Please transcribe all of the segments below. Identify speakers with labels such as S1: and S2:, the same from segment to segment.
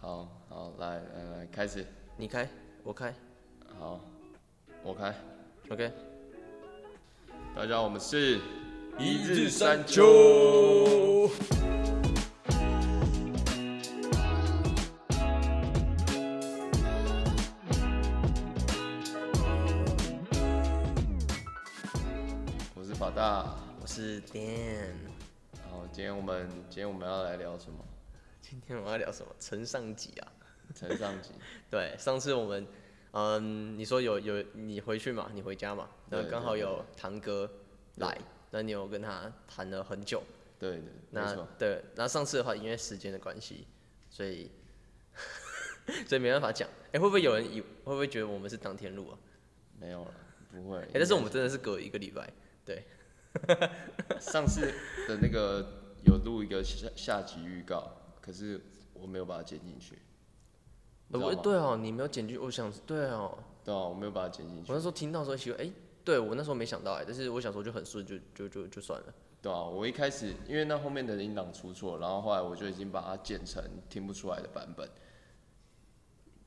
S1: 好好来，呃，开始，
S2: 你开，我开
S1: 好，我开。
S2: ，OK。
S1: 大家好，我们是
S2: 一日
S1: 三
S2: 三
S1: 秋。我是法大，
S2: 我是 Dan，
S1: 好，今天我们今天我们要来聊什么？
S2: 今天我们要聊什么？承上集啊。
S1: 承上集，
S2: 对，上次我们，嗯，你说有有你回去嘛，你回家嘛，那
S1: 对
S2: 刚好
S1: 对
S2: 有堂哥
S1: 对
S2: 来，那你有跟他谈了很久。
S1: 对对，没
S2: 那
S1: 错，
S2: 对，那上次的话，因为时间的关系，所以 所以没办法讲。哎、会不会有人以会不会觉得我们是当天录啊？
S1: 没有了，不会。
S2: 哎、但是我们真的是隔一个礼拜。
S1: 上次的那个有录一个下下集预告，可是我没有把它剪进去，你知道
S2: 我
S1: 吗？
S2: 对哦，你没有剪辑，我想对哦，
S1: 对啊，我没有把它剪进去
S2: 我那，时候听到的时候奇怪，哎、对我那时候没想到哎、但是我想说就很顺，就就就就算了。
S1: 对啊，我一开始因为那后面的音档出错，然后后来我就已经把它剪成听不出来的版本，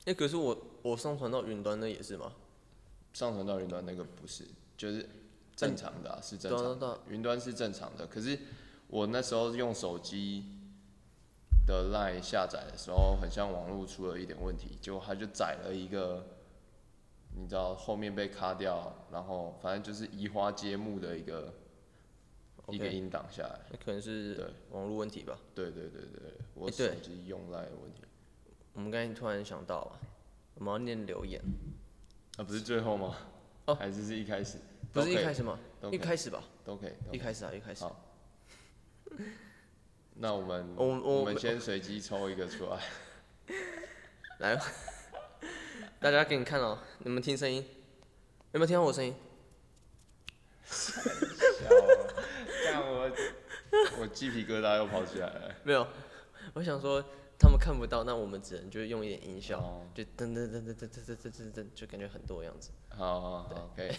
S2: 哎、可是我我上传到云端那也是吗？
S1: 上传到云端那个不是，就是正常的、啊，是
S2: 对
S1: 正
S2: 啊
S1: 常的，
S2: 对啊，
S1: 云端是正常的，可是我那时候用手机的 Line 下载的时候，很像网络出了一点问题，结果它就载了一个，你知道后面被卡掉，然后反正就是移花接木的一个一个
S2: 啊 OK
S1: 音档下来。
S2: 那可能是
S1: 对
S2: 网络问题吧。
S1: 对对对对对，我
S2: 诶对
S1: 手机用 Line 的问题，
S2: 我们刚才突然想到啊，我们要念留言，
S1: 啊不是最后吗？
S2: 哦
S1: 还是是一开始？
S2: 不是一开
S1: 始
S2: 始吗？
S1: 都可以
S2: 一开始吧，
S1: 都可以。都可
S2: 一
S1: 以
S2: 开始啊，一开始
S1: 好。那我们
S2: 我哦我
S1: 我们先随机抽一个出来。
S2: 大家给你看哦，你们听声音，有没有听到我声音？
S1: 吓我！但我我鸡皮疙瘩又跑起来了。
S2: 没有，我想说他们看不到，那我们只能就是用一点音效，
S1: 哦
S2: 就噔噔噔噔噔噔噔噔噔噔，就感觉很多样子。
S1: 好好好，可以。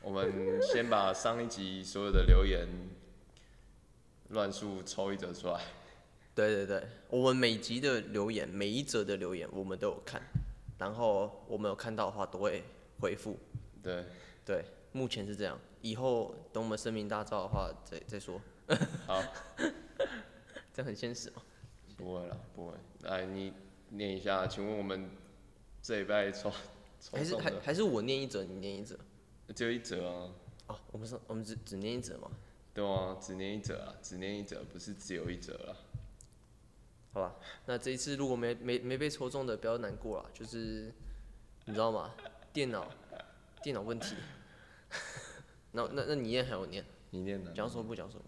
S1: 我们先把上一集所有的留言乱数抽一则出来。
S2: 对对对，我们每集的留言，每一则的留言我们都有看，然后我们有看到的话都会回复。
S1: 对，
S2: 对，目前是这样，以后等我们声名大噪的话再再说。
S1: 好，
S2: 这样很现实嘛？哦
S1: 不会了，不会。来，你念一下，请问我们这礼拜抽抽
S2: 还是
S1: 中
S2: 还
S1: 的
S2: 还是我念一则，你念一则。
S1: 只有一则啊？
S2: 哦，我们是，我们只只念一则嘛？
S1: 对啊，只念一则啊，只念一则，不是只有一则啦。
S2: 好吧，那这一次如果没没没被抽中的，不要难过啦，就是你知道吗？电脑电脑问题。 那那那你念还有我念？
S1: 你念啊呢？
S2: 讲说不讲说，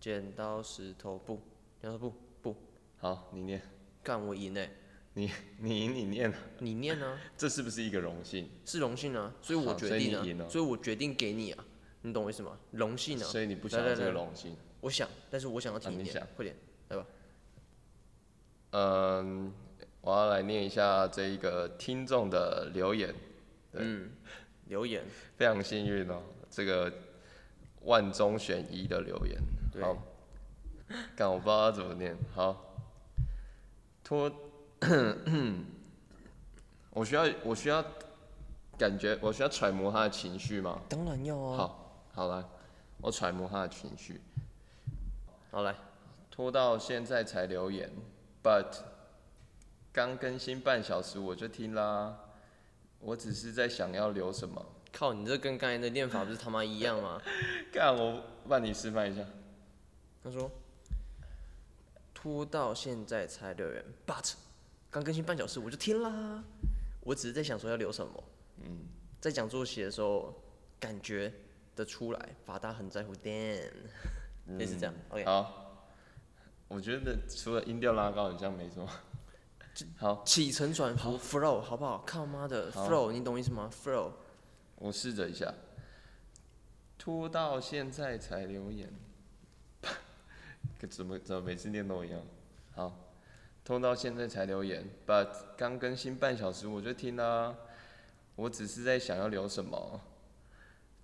S2: 剪刀石头布，剪刀布布，
S1: 好，你念，
S2: 干我赢哎、
S1: 你你你念，
S2: 你念啊，
S1: 这是不是一个荣幸？
S2: 是荣幸啊，所以我
S1: 好
S2: 决
S1: 所以
S2: 定
S1: 你赢
S2: 啊，
S1: 了
S2: 所以我决定给你啊，你懂我意思吗？荣幸啊，
S1: 所以你不想要
S2: 来来
S1: 这个
S2: 来
S1: 荣幸？
S2: 我想，但是我想要
S1: 啊
S2: 听
S1: 你
S2: 念，
S1: 想
S2: 快点，
S1: 嗯，我要来念一下这一个听众的留言，
S2: 嗯，留言，
S1: 非常幸运哦，这个万中选一的留言。
S2: 对
S1: 好，但我不知道要怎么念。好，脱， 我需要，我需要感觉，我需要揣摩他的情绪吗？
S2: 当然要啊，
S1: 好，好来，我揣摩他的情绪。
S2: 好来，
S1: 拖到现在才留言，but 刚更新半小时我就听啦。我只是在想要留什么，
S2: 靠，你这跟刚才的念法不是他妈一样吗？
S1: 干我帮你示范一下。
S2: 他说，拖到现在才留言，but 刚更新半小时我就听啦，我只是在想说要留什么。
S1: 嗯，
S2: 在讲座写的时候，感觉得出来，法大很在乎 Dan，类似这样。OK，嗯
S1: 好。我觉得除了音调拉高，好像没什么。好，
S2: 起承转合 flow 好不好？靠妈的
S1: 好
S2: flow，你懂意思吗？flow
S1: 我试着一下。拖到现在才留言， 可怎么怎么每次念都一样？好，拖到现在才留言，but 刚更新半小时我就听啦、我只是在想要留什么。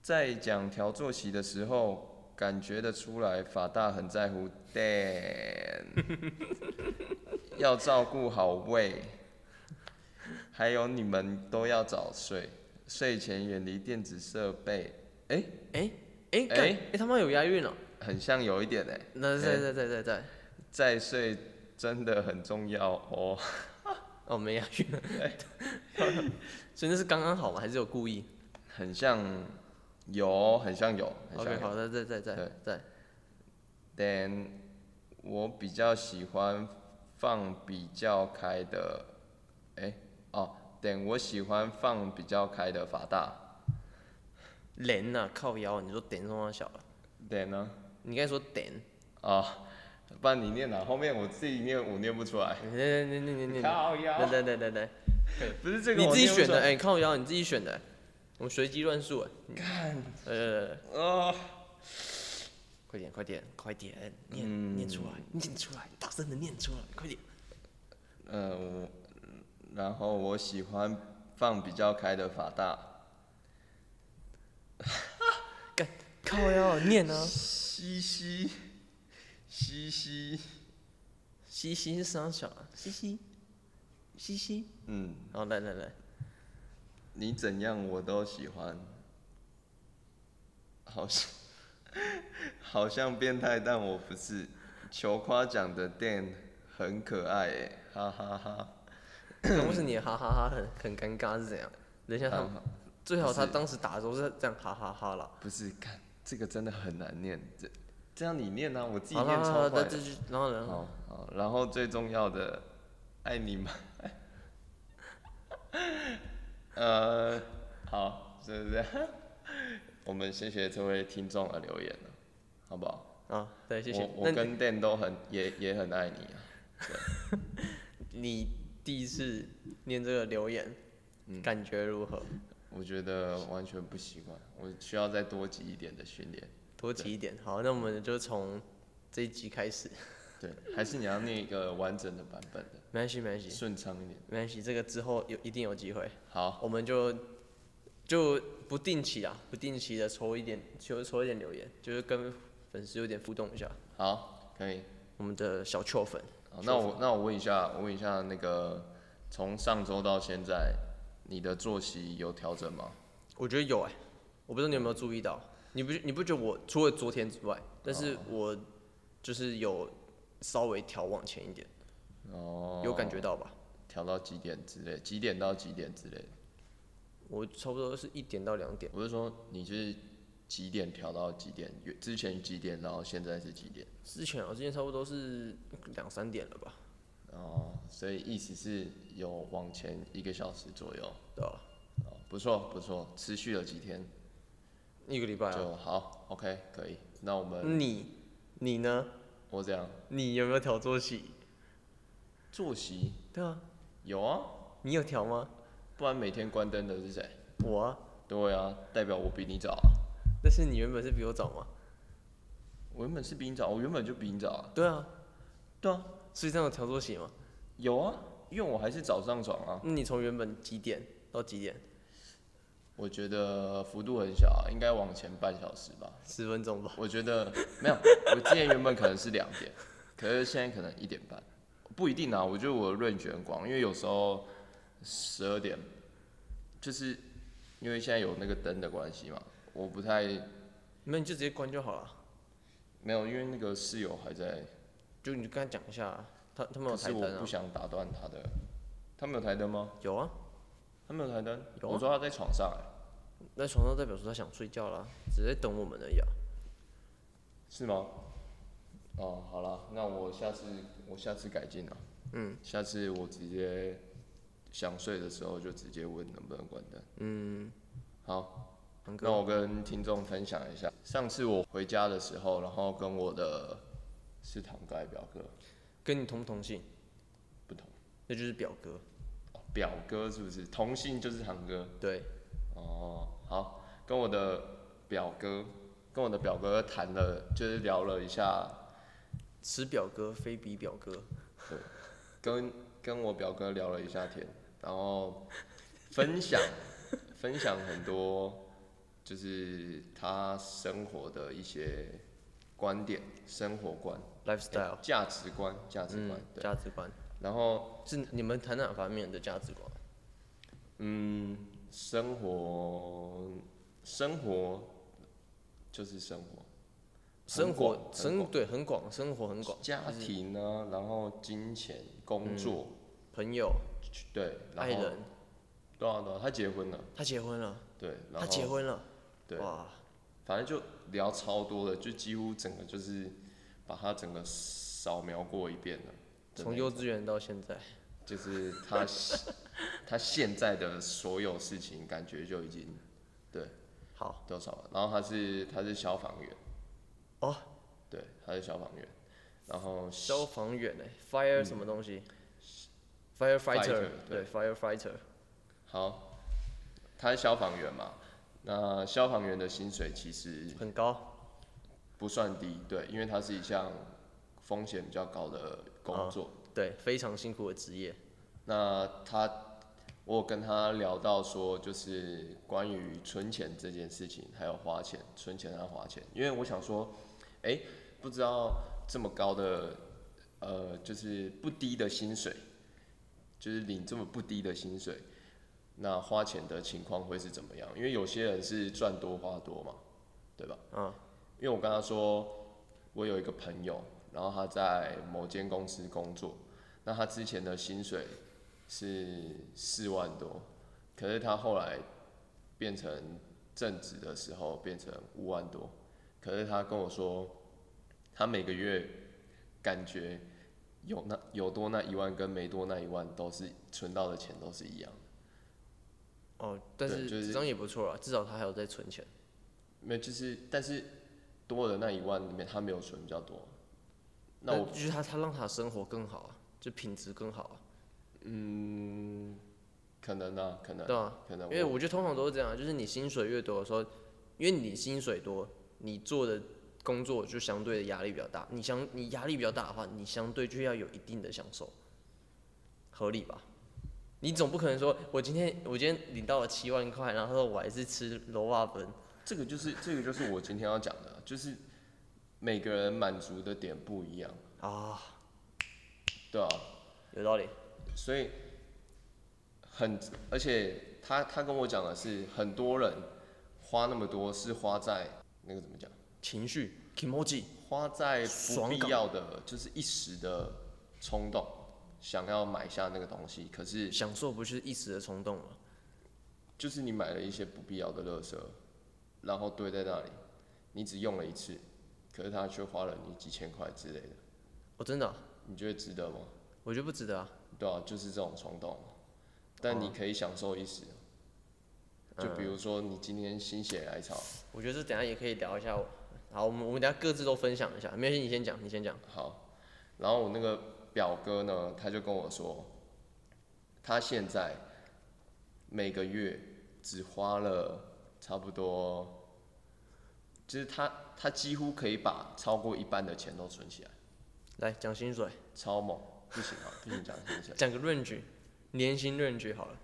S1: 在讲调作息的时候，感觉得出来法大很在乎 Dan， 要照顾好胃，还有你们都要早睡，睡前远离电子设备。哎、
S2: 哎哎
S1: 哎
S2: 哎哎，他妈有押韵了。
S1: 很像有一点哎、
S2: 那
S1: 哎
S2: 再再再再再，
S1: 再睡真的很重要哦。
S2: 哦，没押韵。 所以那是刚刚好吗？还是有故意
S1: 很像有，很像有，很像
S2: ？OK，
S1: 有。
S2: 好，再再再再
S1: 对
S2: 再。
S1: Then 我比较喜欢放比较开的，哎、哦，Then 我喜欢放比较开的法大。
S2: 人呐，啊靠腰，你说点送他小了，
S1: Then 呢？
S2: 你应该说点。
S1: 啊、不然你念哪？后面我自己念我念不出来。
S2: 那那那那那那，
S1: 靠
S2: 来
S1: 腰，
S2: 来来来来，
S1: 不是这个
S2: 你
S1: 我
S2: 自己
S1: 念不
S2: 选
S1: 出
S2: 的，
S1: 来。
S2: 哎，你靠腰，你自己选的，我们随机乱数，哎，
S1: 看，
S2: 呃，
S1: 哦，
S2: 快点快点快点，
S1: 嗯
S2: 念念出来，念出来，大声的念出来，快点。
S1: 呃，我，然后我喜欢放比较开的法大。
S2: 靠腰，念 啊，
S1: 嘻嘻，嘻嘻，
S2: 西西是三小啊，西西，西西，
S1: 嗯，
S2: 好，来 来来，
S1: 你怎样我都喜欢。好像， 好像变态，但我不是。求夸奖的店很可爱耶，哈哈哈。
S2: 为什么你的哈哈哈很很尴尬是怎样？等一
S1: 啊
S2: 下他们，最好他当时打的时候是这样哈哈哈啦。
S1: 不是，看这个真的很难念，这这样你念啊，我自己
S2: 好啦
S1: 念
S2: 好啦
S1: 超
S2: 好啦
S1: 快
S2: 这
S1: 的。
S2: 就然后呢？
S1: 好好，然后最重要的，爱你们。 呃，好，是不是？ 我们谢谢这位听众的留言了，好不好？
S2: 啊，对，谢谢。
S1: 我
S2: 那
S1: 我
S2: 你
S1: 跟 Dan 都很也也很爱你啊。
S2: 你第一次念这个留言，感觉如何？
S1: 我觉得完全不习惯，我需要再多集一点的训练。
S2: 多提一点。好，那我们就从这一集开始，
S1: 对，还是你要念一个完整的版本的，
S2: 没关系，没关系，
S1: 顺畅一点。
S2: 没关系。这个之后有一定有机会，
S1: 好，
S2: 我们就就不定期啊，不定期的抽一点，抽抽一点留言，就是跟粉丝有点互动一下。
S1: 好，可以。
S2: 我们的小臭粉，
S1: 好，啊那我那我问一下，我问一下那个，从上周到现在，你的作息有调整吗？
S2: 我觉得有哎、我不知道你有没有注意到，你不你不觉得我除了昨天之外，但是我就是有稍微调往前一点，
S1: 哦，
S2: 有感觉到吧？
S1: 调到几点之类？几点到几点之类的？
S2: 我差不多是一点到两点，
S1: 我是说你是几点调到几点？原之前几点，然后现在是几点？
S2: 之前啊，之前差不多是两三点了吧，
S1: 哦，所以意思是有往前一个小时左右。
S2: 对吧、
S1: 哦，不错不错，持续了几天
S2: 一个礼拜啊。嗯
S1: 就好。OK，可以。那我们、
S2: 你你呢？
S1: 我这样
S2: 你有没有调作息？
S1: 作息
S2: 对啊，
S1: 有啊，
S2: 你有调吗？
S1: 不然每天关灯的是谁？
S2: 我啊，
S1: 对啊，代表我比你早啊、
S2: 但是你原本是比我早吗？
S1: 我原本是比你早，我原本就比你早啊。
S2: 对啊，
S1: 对啊，
S2: 所以这样有调作息吗？
S1: 有啊，因为我还是早上床啊。
S2: 那你从原本几点到几点？
S1: 我觉得幅度很小啊，应该往前半小时吧。
S2: 十分钟吧。
S1: 我觉得 没有，我之前原本可能是两点，可是现在可能一点半，不一定啊。我觉得我的 range 很广，因为有时候十二点，就是因为现在有那个灯的关系嘛，我不太
S2: 那你就直接关就好了，
S1: 没有，因为那个室友还在，
S2: 就你就跟他讲一下啊，他他们
S1: 可
S2: 有
S1: 是
S2: 台
S1: 我
S2: 灯
S1: 不
S2: 啊。
S1: 想打断他的。他们有台灯吗？
S2: 有啊，
S1: 他们有台灯。
S2: 有啊
S1: 我说他在床上、欸，
S2: 那床上代表说他想睡觉啦，只是在等我们而已啊。
S1: 是吗？哦，好了，那我下次我下次改进了。嗯，下次我直接想睡的时候就直接问能不能关灯。嗯，好，
S2: 韩
S1: 那
S2: 哥，
S1: 我跟听众分享一下，上次我回家的时候，然后跟我的是堂哥还是表哥，
S2: 跟你同不同姓？
S1: 不同，
S2: 那就是表哥。
S1: 哦表哥是不是同姓就是堂哥？
S2: 对，
S1: 哦，好，跟我的表哥，跟我的表哥谈了，就是聊了一下
S2: 此表哥非彼表哥。
S1: 跟跟我表哥聊了一下天，然后分享分享很多，就是他生活的一些观点、生活观、
S2: lifestyle
S1: 哎价值观、价值观。
S2: 嗯价值观，
S1: 然后
S2: 是你们谈哪方面的价值观？
S1: 嗯，生活生活就是生活，
S2: 生
S1: 很广
S2: 活
S1: 很
S2: 生
S1: 广
S2: 对很广，生活很广，嗯
S1: 家
S2: 就是
S1: 庭呢，然后金钱、工作，
S2: 朋友、
S1: 对，然
S2: 爱
S1: 后
S2: 人，
S1: 对啊对啊，他结婚了，
S2: 他结婚了，
S1: 对，然后
S2: 他结婚了，哦
S1: 对，
S2: 哇，
S1: 反正就聊超多的，就几乎整个就是把他整个扫描过一遍了。对
S2: 从幼稚园到现在，
S1: 就是他他现在的所有事情，感觉就已经
S2: 好，
S1: 多少了。然后他是他是消防员，
S2: 哦，
S1: 对，他是消防员，然后
S2: 消防员哎，fire 什么东西
S1: 嗯
S2: ？firefighter，
S1: Fighter，
S2: 对
S1: 对
S2: ，firefighter，
S1: 好，他是消防员嘛，那消防员的薪水其实
S2: 很高，
S1: 不算低，对，因为它是一项风险比较高的
S2: 哦
S1: 工作。
S2: 对，非常辛苦的职业，
S1: 那他，我有跟他聊到说，就是关于存钱这件事情，还有花钱，存钱和花钱，因为我想说，哎、不知道这么高的，呃，就是不低的薪水，就是领这么不低的薪水，那花钱的情况会是怎么样？因为有些人是赚多花多嘛，对吧？
S2: 嗯，
S1: 因为我跟他说，我有一个朋友，然后他在某间公司工作，那他之前的薪水是四万多，可是他后来变成正职的时候变成五万多，可是他跟我说，他每个月感觉有那有多那一万跟没多那一万都是存到的钱都是一样的，
S2: 哦，但
S1: 对
S2: 是
S1: 就是
S2: 这张也不错啊，至少他还有在存钱，
S1: 没有就是但是多的那一万里面他没有存比较多，那
S2: 但
S1: 我
S2: 就是他他让他生活更好啊，就品质更好啊，
S1: 嗯可能啊可能
S2: 对啊，
S1: 可能
S2: 因为我觉得通常都是这样，啊就是你薪水越多的时候，因为你薪水多，你做的工作就相对的压力比较大。你相你压力比较大的话，你相对就要有一定的享受，合理吧？你总不可能说我今天我今天领到了七万块，然后我还是吃罗瓦粉，
S1: 这个就是这个就是我今天要讲的，就是每个人满足的点不一样
S2: 啊，
S1: 对啊，
S2: 有道理。
S1: 所以很而且他他跟我讲的是，很多人花那么多是花在那个怎么讲，
S2: 情绪 emoji
S1: 花在不
S2: 爽
S1: 必
S2: 感
S1: 要的，就是一时的冲动，想要买下那个东西，可是
S2: 享受不是一时的冲动吗？
S1: 就是你买了一些不必要的垃圾，然后堆在那里，你只用了一次，可是他却花了你几千块之类的，
S2: 我、真的啊、
S1: 你觉得值得吗？
S2: 我觉得不值得啊。
S1: 对啊，就是这种冲动，但
S2: 嗯
S1: 你可以享受一时。就比如说，你今天心血来潮，
S2: 我觉得这等一下也可以聊一下。好，我们我们等一下各自都分享一下，没关系，你先讲，你先讲。
S1: 好，然后我那个表哥呢，他就跟我说，他现在每个月只花了差不多，就是他他几乎可以把超过一半的钱都存起来，
S2: 来讲薪水，
S1: 超猛，不行啊，不行讲不行讲，
S2: 讲个 range，年薪 range 好了，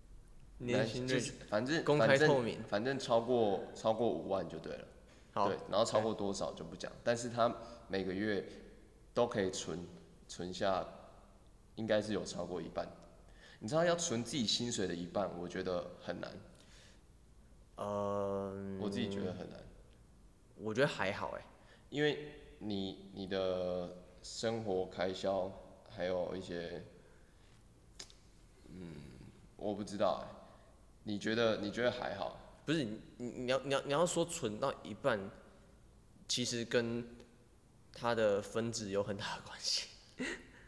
S2: 年薪
S1: 就
S2: range
S1: 是反正
S2: 公开
S1: 反正
S2: 透明
S1: 反正超过超过五万就对了。
S2: 好
S1: 对，然后超过多少就不讲，但是他每个月都可以存存下，应该是有超过一半。你知道要存自己薪水的一半，我觉得很难，
S2: 呃，
S1: 我自己觉得很难，
S2: 我觉得还好哎，
S1: 因为你你的生活开销还有一些，嗯，我不知道哎、你觉得你觉得还好？
S2: 不是你你你要你要你要说存到一半，其实跟它的分值有很大的关 系，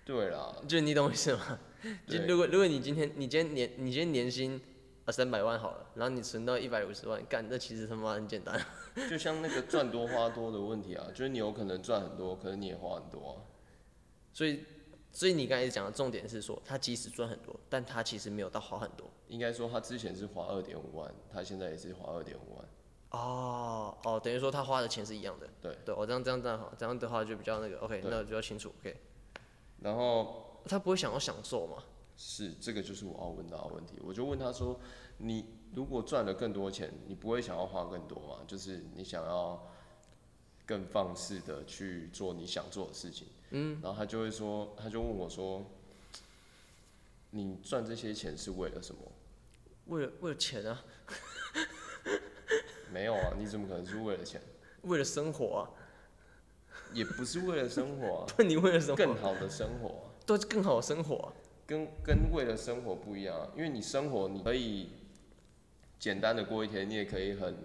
S1: 对啦，
S2: 就是你懂我意思吗？就
S1: 对
S2: 如果如果你今天你今天年你今天年薪啊三百万好了，然后你存到一百五十万，干那其实他妈很简单，
S1: 就像那个赚多花多的问题啊，就是你有可能赚很多，可是你也花很多啊。
S2: 所以所以你刚才讲的重点是说，他即使赚很多，但他其实没有到花很多。
S1: 应该说他之前是花二点五万，他现在也是花二点五万。
S2: 哦哦，等于说他花的钱是一样的。
S1: 对
S2: 对，我、哦这样这样这样好，这样的话就比较那个 OK，
S1: 对
S2: 那比较清楚 OK。
S1: 然后
S2: 他不会想要享受嘛？
S1: 是这个就是我要问到的问题，我就问他说：“你如果赚了更多钱，你不会想要花更多吗？就是你想要更放肆的去做你想做的事情。”嗯，然后他就会说，他就问我说：“你赚这些钱是为了什么？
S2: 为了为了钱啊，
S1: 没有啊，你怎么可能是为了钱？
S2: 为了生活啊，
S1: 也不是为了生活啊，
S2: 不然你为了什
S1: 更
S2: 么？
S1: 好的生活啊、
S2: 对，更好的生活啊、
S1: 跟跟为了生活不一样啊，因为你生活你可以简单的过一天，你也可以很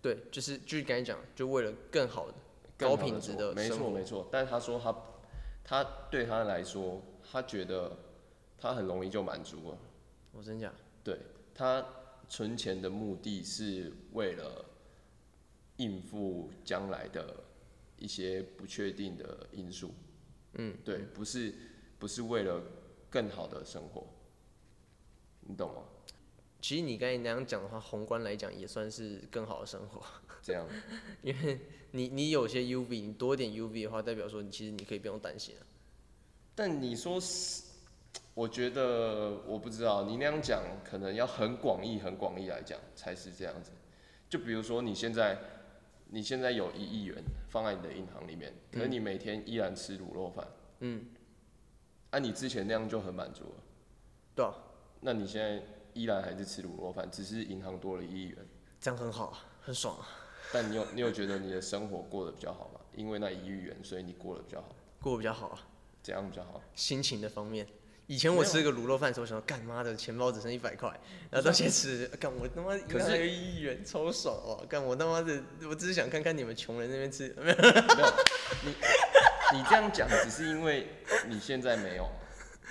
S2: 对，就是就是刚才讲，就为了更好的。
S1: 更好
S2: 高
S1: 地
S2: 品质
S1: 做
S2: 的
S1: 没
S2: 生
S1: 错
S2: 活
S1: 没错。但是他说他他对他来说，他觉得他很容易就满足了。
S2: 我哦真讲，
S1: 对他存钱的目的是为了应付将来的一些不确定的因素。
S2: 嗯，
S1: 对，不是不是为了更好的生活，你懂吗？
S2: 其实你刚才那样讲的话，宏观来讲也算是更好的生活，
S1: 这样
S2: 因为你你有些 UV，你多一点 UV 的话，代表说你其实你可以不用担心啊。
S1: 但你说是，我觉得我不知道，你那样讲可能要很广义、很广义来讲才是这样子。就比如说你现在，你现在有一亿元放在你的银行里面，可是你每天依然吃卤肉饭，
S2: 嗯，
S1: 啊，你之前那样就很满足了，
S2: 对啊，
S1: 那你现在依然还是吃卤肉饭，只是银行多了一亿元，
S2: 这样很好啊，很爽啊，
S1: 但你有你有觉得你的生活过得比较好吗？因为那一亿元，所以你过得比较好，
S2: 过得比较好啊，
S1: 这样比较好。
S2: 心情的方面。以前我吃个卤肉饭的时候，我想说干妈的钱包只剩一百块，然后到现在吃， 干我他妈
S1: 可
S2: 一个一元，超爽哦！干我他妈的，我只是想看看你们穷人那边吃，嗯
S1: 没有，你你这样讲只是因为你现在没有。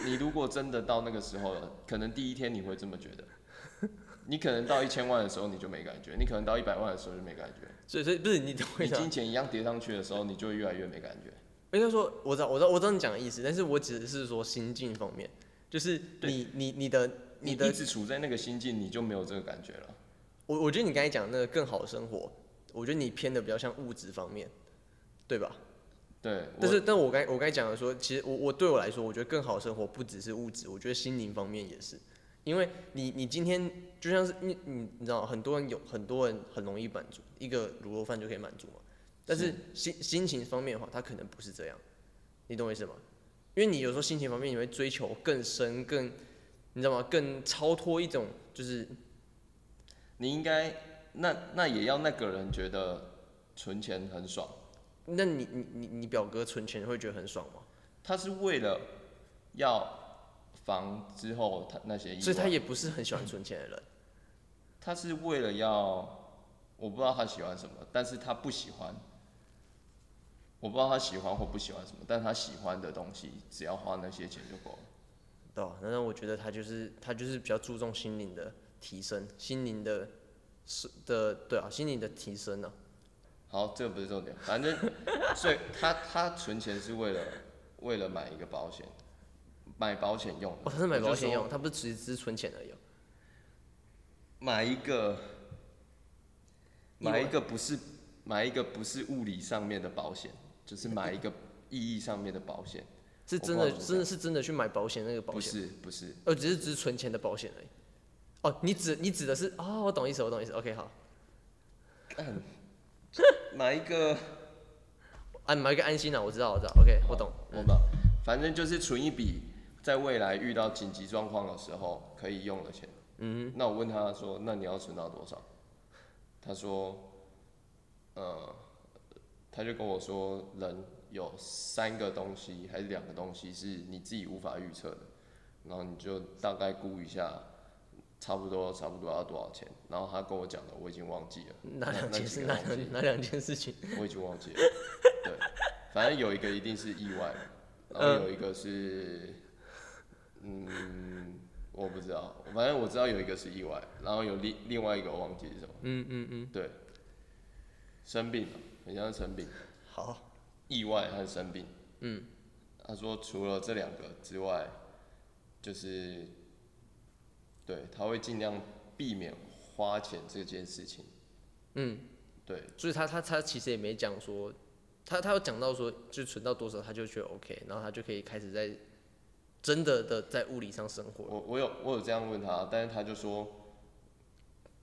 S1: 你如果真的到那个时候了，可能第一天你会这么觉得，你可能到一千万的时候你就没感觉，你可能到一百万的时候就没感觉，
S2: 所以所以不是你懂我
S1: 你
S2: 意思吗？
S1: 金钱一样叠上去的时候，你就会越来越没感觉。
S2: 应该说，我知道，我知道，我知道你讲的意思，但是我指的是说心境方面，就是
S1: 对
S2: 你你你的
S1: 你
S2: 你
S1: 一
S2: 的，
S1: 直处在那个心境，你就没有这个感觉了。
S2: 我我觉得你刚才讲那个更好的生活，我觉得你偏的比较像物质方面，对吧？
S1: 对，我
S2: 但是但我刚才我刚才讲的说，其实我我对我来说，我觉得更好的生活不只是物质，我觉得心灵方面也是，因为你你今天就像是你你你知道，很多人有很多人很容易满足，一个卤肉饭就可以满足嘛，但是心心情方面的话，他可能不是这样，你懂我意思吗？因为你有时候心情方面你会追求更深更，你知道吗？更超脱一种就是
S1: 你应该那那也要那个人觉得存钱很爽，
S2: 那你你你你表哥存钱会觉得很爽吗？
S1: 他是为了要防之后他那些意外，
S2: 所以他也不是很喜欢存钱的人。
S1: 他是为了要，我不知道他喜欢什么，但是他不喜欢，我不知道他喜欢或不喜欢什么，但他喜欢的东西，只要花那些钱就够了。
S2: 对啊、那那我觉得他就是他就是比较注重心灵的提升，心灵的是的，对啊，心灵的提升啊。
S1: 好，这个不是重点，反正， 所以他他存钱是为了为了买一个保险，买保险用的。
S2: 哦，他是买
S1: 我就
S2: 保险
S1: 说
S2: 用，他不是只只是存钱而已哦、
S1: 买一个，
S2: 意外
S1: 买一个不是买一个不是物理上面的保险，就是买一个意义上面的保险，
S2: 是
S1: 我
S2: 真
S1: 不知道
S2: 的
S1: 怎么
S2: 真的是真的去买保险那个保
S1: 不
S2: 险，
S1: 是不是，
S2: 哦，只是只是存钱的保险而已。哦，你指你指的是哦，我懂意思，我懂意思。OK，好，
S1: 买一个。
S2: 啊，买一个安心啊，我知道，我知道。OK，
S1: 好
S2: 我懂。
S1: 我们反正就是存一笔，在未来遇到紧急状况的时候可以用的钱。嗯，那我问他说，那你要存到多少？他说，呃，他就跟我说，人有三个东西还是两个东西是你自己无法预测的，然后你就大概估一下，差不多差不多要多少钱。然后他跟我讲的，我已经忘记了。
S2: 哪两
S1: 那
S2: 件
S1: 几
S2: 事？
S1: 个
S2: 哪
S1: 东西
S2: 两哪两件事情？
S1: 我已经忘记了。对，反正有一个一定是意外，然
S2: 嗯
S1: 后有一个是，嗯，我不知道，反正我知道有一个是意外，然后有另另外一个我忘记是什么。
S2: 嗯嗯嗯，
S1: 对，生病了，很像是生病，
S2: 好，
S1: 意外和生病。
S2: 嗯，
S1: 他说除了这两个之外，就是，对，他会尽量避免花钱这件事情。
S2: 嗯，
S1: 对，
S2: 所以他他他其实也没讲说，他他有讲到说，就存到多少他就觉得 OK，然后他就可以开始在真的的在物理上生活。
S1: 我我有我有这样问他，但是他就说，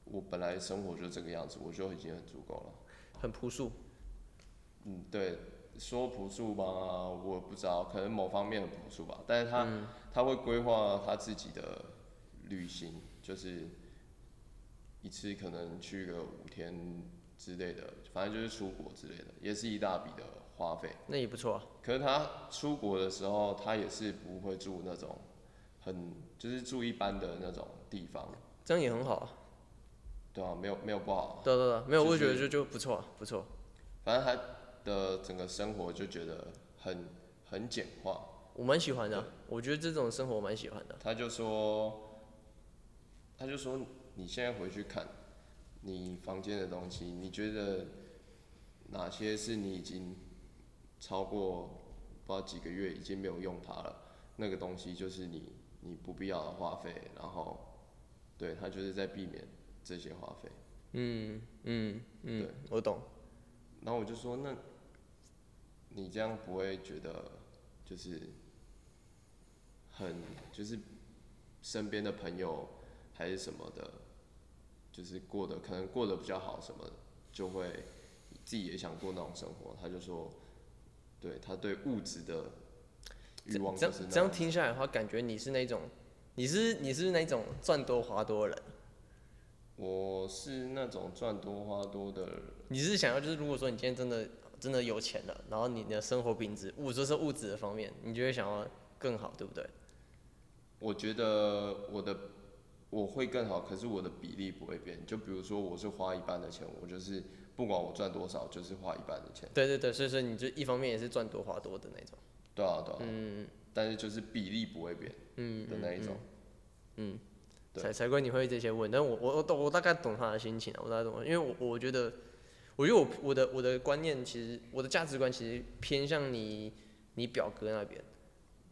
S1: 我本来生活就这个样子，我就已经很足够了。
S2: 很朴素，
S1: 嗯，对，说朴素吧，我不知道，可能某方面很朴素吧，但是他、他会规划他自己的旅行，就是一次可能去个五天之类的，反正就是出国之类的，也是一大笔的花费。
S2: 那也不错、啊。
S1: 可是他出国的时候，他也是不会住那种很就是住一般的那种地方，
S2: 这样也很好、啊。
S1: 对啊，没有没有不好啊，
S2: 对啊对啊对啊，没有，
S1: 就
S2: 我也觉得
S1: 是
S2: 就就不错、啊，不错。
S1: 反正他的整个生活就觉得很很简化。
S2: 我蛮喜欢的啊、我觉得这种生活我蛮喜欢的。啊
S1: 他就说，他就说你现在回去看你房间的东西，你觉得哪些是你已经超过不知道几个月已经没有用它了？那个东西就是你你不必要的花费，然后对他就是在避免这些花费。
S2: 嗯嗯嗯
S1: 对，
S2: 我懂。
S1: 然后我就说，那你这样不会觉得就是很就是身边的朋友还是什么的，就是过得可能过得比较好什么的，就会自己也想过那种生活。他就说，对他对物质的欲
S2: 这
S1: 望
S2: 这
S1: 就是
S2: 样
S1: 那
S2: 这样
S1: 种
S2: 听下来的话，感觉你是那种，你是你是那种赚多花多的人，
S1: 我是那种赚多花多的人，
S2: 你是想要就是如果说你今天真的真的有钱了，然后你的生活品质，物就是物质的方面，你就会想要更好，对不对？
S1: 我觉得我的我会更好，可是我的比例不会变。就比如说，我是花一半的钱，我就是不管我赚多少，就是花一半的钱。
S2: 对对对，所以说你就一方面也是赚多花多的那种。
S1: 对啊，对啊。
S2: 嗯
S1: 但是就是比例不会变
S2: 嗯
S1: 的那一种。
S2: 嗯，
S1: 对
S2: 才才怪你会这些问，但我我我懂我大概懂他的心情啊，我大概懂，因为我我觉得，我觉得我我的我的观念其实我的价值观其实偏向你你表哥那边，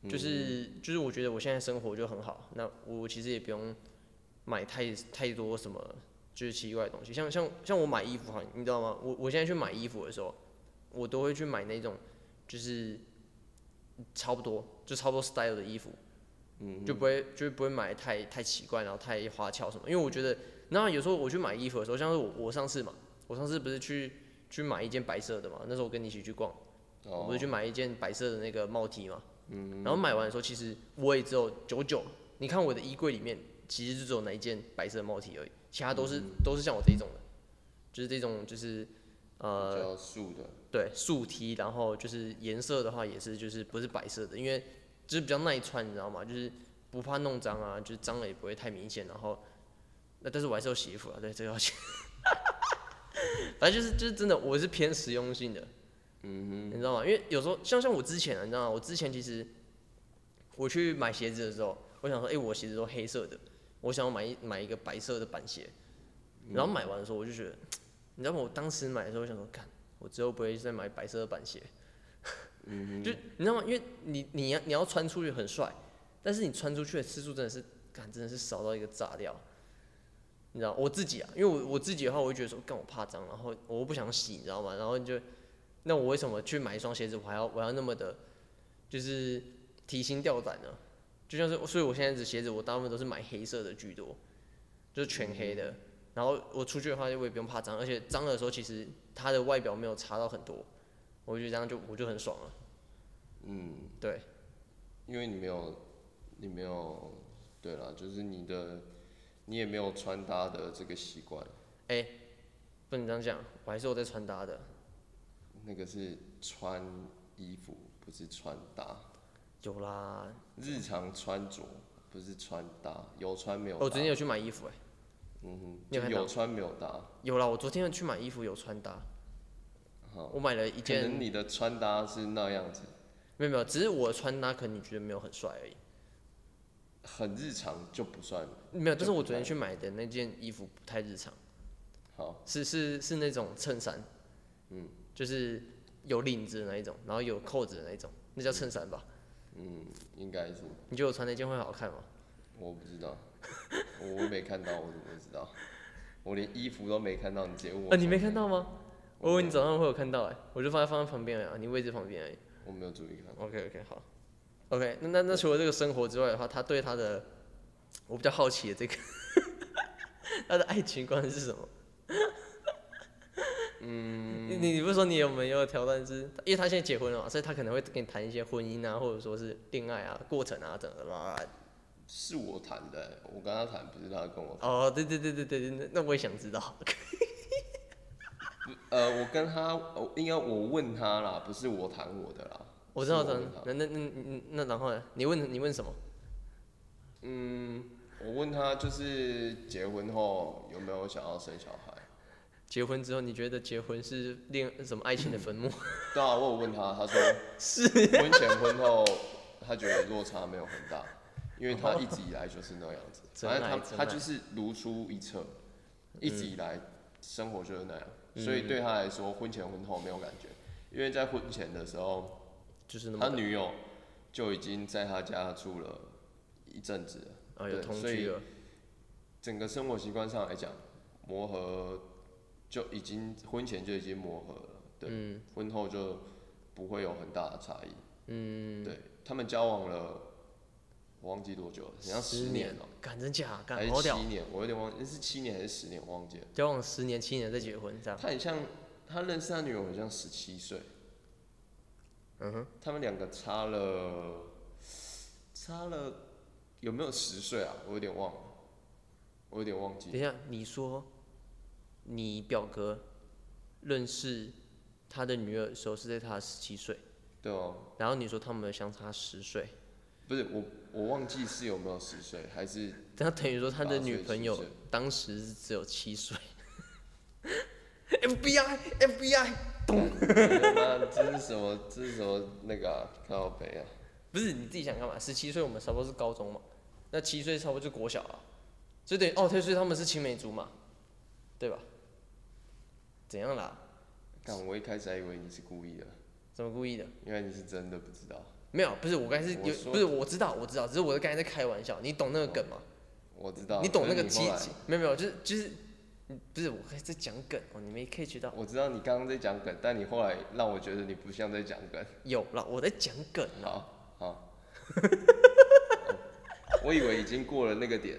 S1: 嗯
S2: 嗯就是、就是我觉得我现在生活就很好，那我其实也不用买太太多什么就是奇怪的东西，像像像我买衣服哈，你知道吗？我我现在去买衣服的时候，我都会去买那种就是差不多就差不多 style 的衣服。
S1: 嗯，
S2: 就不会就不会买太太奇怪，然后太花俏什么。因为我觉得，然后有时候我去买衣服的时候，像是我我上次嘛，我上次不是去去买一件白色的嘛，那时候我跟你一起去逛，我不
S1: 哦
S2: 是去买一件白色的那个帽 T 嘛，然后买完的时候，其实我也只有九九，你看我的衣柜里面其实就只有那一件白色的帽 T 而已，其他都是、都是像我这一种的，就是这种就是
S1: 比
S2: 呃
S1: 较素的，
S2: 对，竖 T，然后就是颜色的话也是就是不是白色的，因为就是比较耐穿，你知道吗？就是不怕弄脏啊，就是脏了也不会太明显。然后，那但是我还是有洗衣服啊，对，这个要洗。 反正就是就是真的，我是偏实用性的，
S1: 嗯
S2: 你知道吗？因为有时候像像我之前啊，你知道吗？我之前其实我去买鞋子的时候，我想说，哎、我鞋子都黑色的，我想要买一买一个白色的板鞋。然后买完的时候，我就觉得，你知道吗？我当时买的时候，我想说，看我之后不会再买白色的板鞋。就你知道吗？因为你你要你要穿出去很帅，但是你穿出去的次数真的是，看真的是少到一个炸掉。你知道我自己啊，因为我我自己的话，我会觉得说，干我怕脏，然后我又不想洗，你知道吗？然后就，那我为什么去买一双鞋子，我还要我要那么的，就是提心吊胆呢？就像是，所以我现在的鞋子，我大部分都是买黑色的居多，就是全黑的。然后我出去的话，我也不用怕脏，而且脏的时候，其实它的外表没有差到很多，我觉得这样就我就很爽了。
S1: 嗯，
S2: 对，
S1: 因为你没有，你没有，对了，就是你的，你也没有穿搭的这个习惯，
S2: 不能这样讲，我还是有在穿搭的，
S1: 那个是穿衣服，不是穿搭，
S2: 有啦。
S1: 日常穿着不是穿搭，有穿没有
S2: 哦
S1: 搭？
S2: 我昨天有去买衣服、欸，
S1: 嗯哼，
S2: 你
S1: 就
S2: 有看到
S1: 有穿没有搭。
S2: 有啦，我昨天去买衣服有穿搭，
S1: 好，
S2: 我买了一
S1: 可能
S2: 件，
S1: 你的穿搭是那样子，
S2: 没有没有，只是我的穿搭可能你觉得没有很帅而已，
S1: 很日常就不算
S2: 没有，
S1: 就
S2: 但是我
S1: 不
S2: 昨天
S1: 太
S2: 去买的那件衣服不太日常，
S1: 好。
S2: 是是是那种衬衫，
S1: 嗯，
S2: 就是有领子的那一种，然后有扣子的那一种，那叫衬衫吧？
S1: 嗯，应该是，
S2: 你觉得我穿那件会好看吗？
S1: 我不知 道，我没看到，我怎么会知道？我连衣服都没看到，你直接问我
S2: 啊，你
S1: 说
S2: 没看？到吗？
S1: 我
S2: 我以为
S1: 没
S2: 你早上会有看到哎、我就放在放在旁边而已啊，你位置旁边而已。
S1: 我没有注意看。
S2: OK OK 好，OK 那那那除了这个生活之外的话，他对他的我比较好 奇的这个他的爱情观是什么？你你不是说你有没有挑战是？因为他现在结婚了嘛，所以他可能会跟你谈一些婚姻啊，或者说是恋爱啊过程啊等等啦。
S1: 是我谈的，我跟他谈，不是他跟我谈。
S2: 哦，对对对对对，那那我也想知道。
S1: 呃，我跟他，哦应该我问他啦，不是我谈我的啦。
S2: 我知道，
S1: 是
S2: 等
S1: 问他
S2: 那那那那那然后呢？你问你问什么？
S1: 嗯，我问他就是结婚后有没有想要生小孩？
S2: 结婚之后，你觉得结婚是恋什么爱情 的坟墓？
S1: 对啊，我有问他， 他说
S2: 是
S1: 婚前婚后他觉得落差没有很大，因为他一直以来就是那样子，
S2: 真
S1: 反正
S2: 爱
S1: 他
S2: 真
S1: 他
S2: 爱
S1: 就是如出一辙，一直以来生活就是那样，
S2: 嗯
S1: 所以对他来说婚前婚后没有感觉，因为在婚前的时候，
S2: 就是那
S1: 他
S2: 么的
S1: 女友就已经在他家住了一阵子了，
S2: 啊，有
S1: 对
S2: 同
S1: 所以
S2: 居了，
S1: 整个生活习惯上来讲，磨合就已经婚前就已经磨合了，对，
S2: 嗯
S1: 婚后就不会有很大的差异。
S2: 嗯，
S1: 对他们交往了，我忘记多久了，好像十年了、
S2: 敢真假？
S1: 还
S2: 敢
S1: 是
S2: 好屌
S1: 七！年，我有点忘记是七年还是十年，我忘记了。
S2: 交往十年七年再结婚这样，
S1: 他很像，他认识他女友很像十七岁，
S2: 嗯哼，
S1: 他们两个差了，差了有没有十岁啊？我有点忘了，我有点忘
S2: 等
S1: 记。
S2: 一下，你说你表哥认识他的女儿的时候是在他十七岁，
S1: 对哦、
S2: 然后你说他们相差 十岁，
S1: 不是我，我忘记是有没有十岁，还是
S2: 那等于说他的
S1: 八岁
S2: 女朋
S1: 七
S2: 友
S1: 岁
S2: 当时是只有七岁。FBI FBI，
S1: 那这是什么？这是什么那个、啊、靠北啊？
S2: 不是你自己想干嘛？十七岁我们差不多是高中嘛，那七岁差不多就国小啊，所以等于哦，对，所以他们是青梅竹马，对吧？怎样啦？
S1: 干，我一开始还以为你是故意的，
S2: 怎么故意的？
S1: 因为你是真的不知道。
S2: 没有，不是我刚才是
S1: 我
S2: 有，
S1: 说
S2: 不是我知道我知道，只是我刚才在开玩笑，你懂那个梗吗？
S1: 我知道，
S2: 你懂哦那
S1: 可是
S2: 个
S1: 后
S2: 机
S1: 来
S2: 机？没有没有，就是就是，嗯不是我刚才在讲梗哦，你没 catch 到？
S1: 我知道你刚刚在讲梗，但你后来让我觉得你不像在讲梗。
S2: 有啦，我在讲梗啊，
S1: 好，好。 我以为已经过了那个点。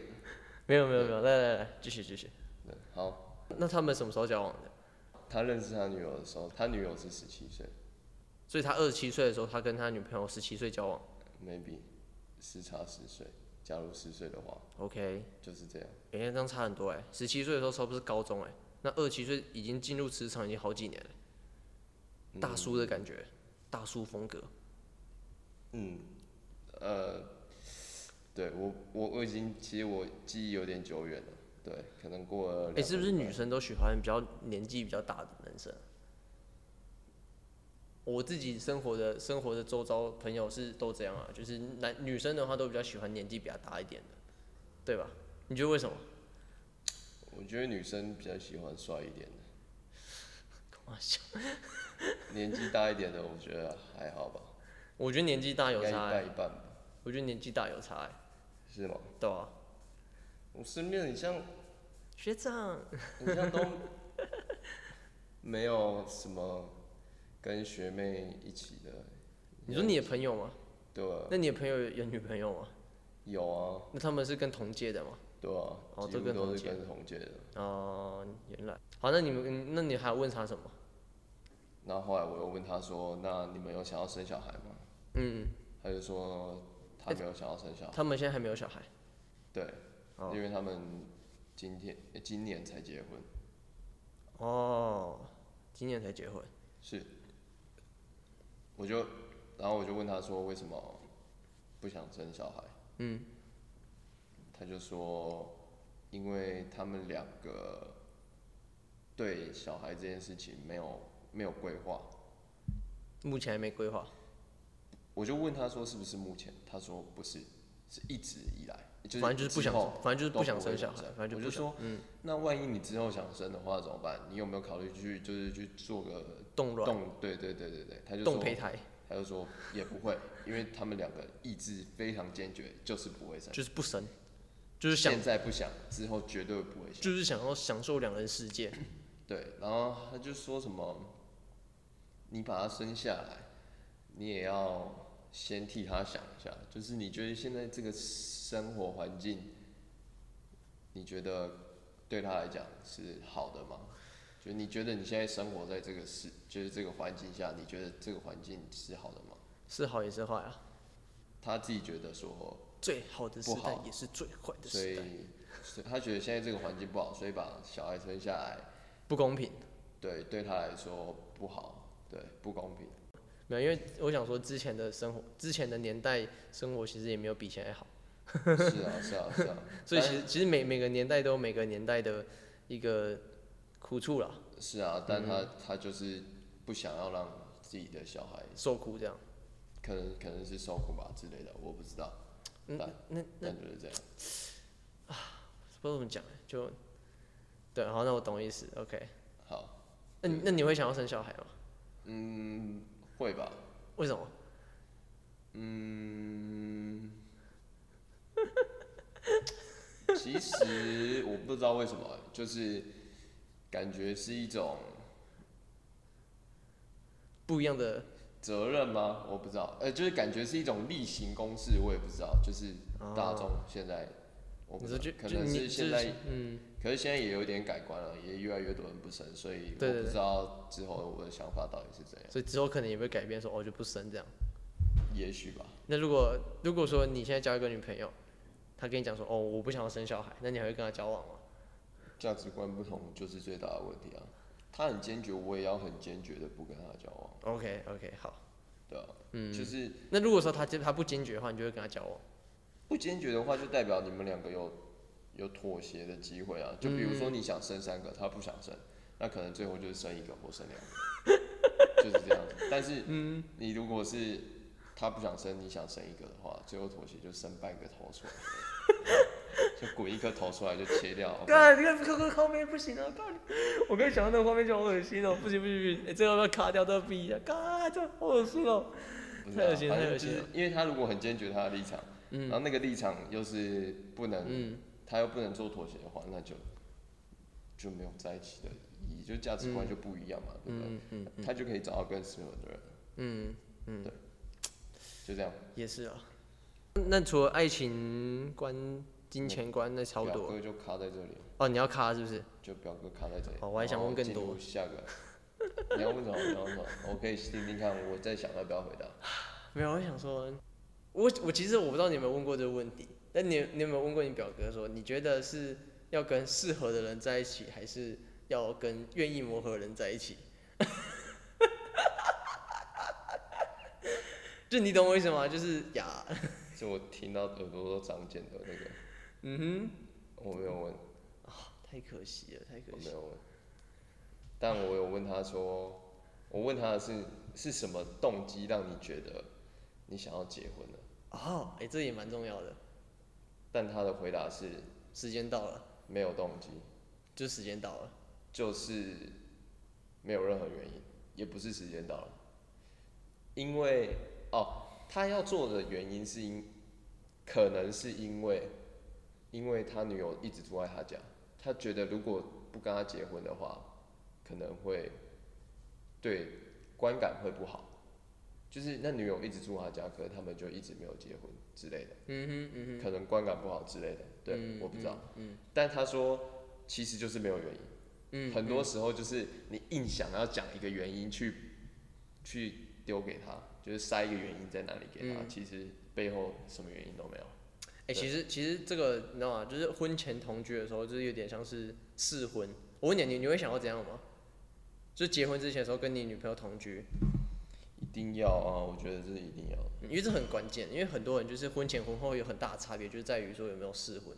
S2: 没有没有没有，来来来，继续继续。
S1: 对好，
S2: 那他们什么时候交往的？
S1: 他认识他女友的时候，他女友是十七岁
S2: 所以他二十七岁的时候，他跟他女朋友十七岁交往。
S1: ，maybe 时差十岁。假如十岁的话，
S2: OK，
S1: 就是这样。
S2: 哎、那这样差很多哎、十七岁的时候差不多是高中哎、那二十七岁已经进入职场已经好几年了，
S1: 嗯
S2: 大叔的感觉，大叔风格。
S1: 嗯，呃，对我我我已经其实我记忆有点久远了，对，可能过了。
S2: 哎、是不是女？生都喜欢比较年纪比较大的男生？我自己生活的生活的周遭朋友是都这样啊，就是男女生的话都比较喜欢年纪比较大一点的，对吧？你觉得为什么？
S1: 我觉得女生比较喜欢帅一 点的，
S2: 开玩笑
S1: 年纪大一点的，我觉得还好吧，
S2: 我觉得年纪大
S1: 应
S2: 有
S1: 该一
S2: 差、欸
S1: 半，一半吧，
S2: 我觉得年纪大有差、欸，
S1: 是吗？
S2: 对啊，
S1: 我身边你像
S2: 学长，
S1: 你像都没有什么跟学妹一起的，
S2: 你说你的朋友吗？
S1: 对啊
S2: 那你的朋友有有女朋友吗？
S1: 有啊，
S2: 那他们是跟同届的吗？
S1: 对啊，
S2: 哦
S1: 几
S2: 都
S1: 乎
S2: 跟
S1: 都
S2: 同
S1: 是
S2: 届
S1: 跟同届的。
S2: 哦，原来。好，那你们，嗯那你还问他什么？
S1: 然后后来我又问他说：“那你们有想要生小孩吗？”
S2: 嗯，
S1: 他就说他没有想要生小孩，
S2: 他们现在还没有小孩。
S1: 对，
S2: 哦
S1: 因为他们今天、诶今年才结婚，
S2: 哦，今年才结婚。
S1: 是，我就然后我就问他说为什么不想生小孩，
S2: 嗯，
S1: 他就说因为他们两个对小孩这件事情没有没有规划，
S2: 目前还没规划，
S1: 我就问他说是不是目前，他说不是，是一直以来，就是
S2: 反正就是不想
S1: 之后，
S2: 反正就是
S1: 都不
S2: 不想
S1: 会
S2: 生小
S1: 想
S2: 孩
S1: 生，
S2: 反正
S1: 我
S2: 就
S1: 就
S2: 不想
S1: 说。
S2: 嗯，
S1: 那万一你之后想生的话怎么办？你有没有考虑去就是去做个
S2: 冻卵、
S1: 动？对对对对对，他就
S2: 冻
S1: 说
S2: 胚胎，
S1: 他就说也不会，因为他们两个意志非常坚决，就是不会生。
S2: 就是不生，就是想
S1: 现，在不想，之后绝对不会想。
S2: 就是想要享受两人世界。
S1: 对，然后他就说什么，你把他生下来，你也要先替他想一下，就是你觉得现在这个生活环境，你觉得对他来讲是好的吗？就你觉得你现在生活在这个世，就是这个环境下，你觉得这个环境是好的吗？
S2: 是好也是坏啊，
S1: 他自己觉得说，
S2: 最好的时
S1: 不
S2: 代
S1: 好
S2: 也是最坏的
S1: 所
S2: 时
S1: 以
S2: 代，
S1: 所以他觉得现在这个环境不好，所以把小孩生下来，
S2: 不公平。
S1: 对，对他来说不好，对，不公平。
S2: 没有，因为我想说之前的生活，之前的年代生活其实也没有比现在好，
S1: 是 啊，是啊，是啊。
S2: 所以其实其实每每个年代都有每个年代的一个苦处啦，
S1: 是啊，但他
S2: 嗯
S1: 他就是不想要让自己的小孩，
S2: 受苦这样。
S1: 可能可能是受苦吧之类的，我不知道，
S2: 嗯
S1: 但，
S2: 那那
S1: 但就是这样。
S2: 不知道怎么讲，欸就对，好，那我懂意思，OK。
S1: 好，
S2: 那你那你会想要生小孩吗？
S1: 嗯，会吧？
S2: 为什么？
S1: 嗯，其实我不知道为什么，就是感觉是一种
S2: 不一样的
S1: 责任吗？我不知道，呃，就是感觉是一种例行公事，我也不知道，就是大众现在。我不
S2: 哦你
S1: 知道
S2: 说就
S1: 可
S2: 就
S1: 能
S2: 你
S1: 是现
S2: 就
S1: 在
S2: 嗯，
S1: 可是现在也有点改观了，也越来越多人不生，所以
S2: 对
S1: 我不
S2: 对对
S1: 知道之后我的想法到底是怎样，
S2: 所以之后可能也会改变说，哦，就不生这样。
S1: 也许吧。
S2: 那如果如果说你现在交一个女朋友，她跟你讲说，哦，我不想要生小孩，那你还会跟她交往吗？
S1: 价值观不同就是最大的问题啊。他很坚决，我也要很坚决的不跟他交往，
S2: OK OK 好，
S1: 对啊，
S2: 嗯，
S1: 就是
S2: 那如果说她她不坚决的话，你就会跟她交往。
S1: 不坚决的话，就代表你们两个有有妥协的机会啊。就比如说你想生三个，他不想生，那可能最后就是生一个或生两个，就是这样子。但是，你如果是他不想生，你想生一个的话，最后妥协就生半个头出来，就滚一颗头出来就切掉。OK，
S2: 这个这个画面不行啊！干，我刚才想到那个画面就好恶心哦，不行不行不行，哎、这个要不要卡掉？都要逼一下，干，这好恶心哦。
S1: 不
S2: 太恶
S1: 是、
S2: 心
S1: 啊，
S2: 太
S1: 反
S2: 恶
S1: 正就
S2: 心
S1: 是
S2: 了
S1: 因为他如果很坚决他的立场，然后那个立场又是不能
S2: 嗯，
S1: 他又不能做妥协的话，那就就没有在一起的意义，就价值观就不一样嘛，对不对？他就可以找到更适合的人，
S2: 嗯嗯，
S1: 就这样。
S2: 也是啊。那除了爱情观、金钱观，那差不
S1: 表
S2: 多
S1: 哥就卡在这里，
S2: 哦。你要卡是不是？
S1: 就表哥卡在这里。
S2: 哦我还想问更
S1: 然
S2: 多
S1: 后进入下个， 你要问什么？你要问什么？我可以听听看，我在想要不要回答。
S2: 没有，我想说，我我其实我不知道你有没有问过这个问题，但你你有没有问过你表哥说，你觉得是要跟适合的人在一起，还是要跟愿意磨合的人在一起？ 就你懂我意思吗？就是呀，
S1: 就我听到耳朵都长茧的那个，
S2: 嗯
S1: 我没有问，
S2: 哼，太可惜了，太
S1: 我
S2: 可
S1: 没
S2: 惜了。
S1: 有问，但我有问他说，我问他的是是什么动机让你觉得你想要结婚呢？
S2: 哦，哎、这也蛮重要的。
S1: 但他的回答是
S2: 时间到了，
S1: 没有动机，
S2: 就时间到了。
S1: 就是没有任何原因，也不是时间到了，因为哦，他要做的原因是因，可能是因为，因为他女友一直住在他家，他觉得如果不跟他结婚的话，可能会对观感会不好，就是那女友一直住他家，可是他们就一直没有结婚之类的。
S2: 嗯哼嗯哼，
S1: 可能观感不好之类的，对，
S2: 嗯
S1: 我不知道。
S2: 嗯嗯
S1: 但他说，其实就是没有原因。
S2: 嗯
S1: 很多时候就是你硬想要讲一个原因去去丢给他，就是塞一个原因在哪里给他，
S2: 嗯
S1: 其实背后什么原因都没有。
S2: 哎、其实其实这个你知道吗？就是婚前同居的时候，就是有点像是试婚。我问你，你你会想要怎样吗？就是结婚之前的时候跟你女朋友同居，
S1: 一定要啊，我觉得这是一定要的。
S2: 因为这很关键。因为很多人就是婚前婚后有很大的差别，就是在于说有没有试婚，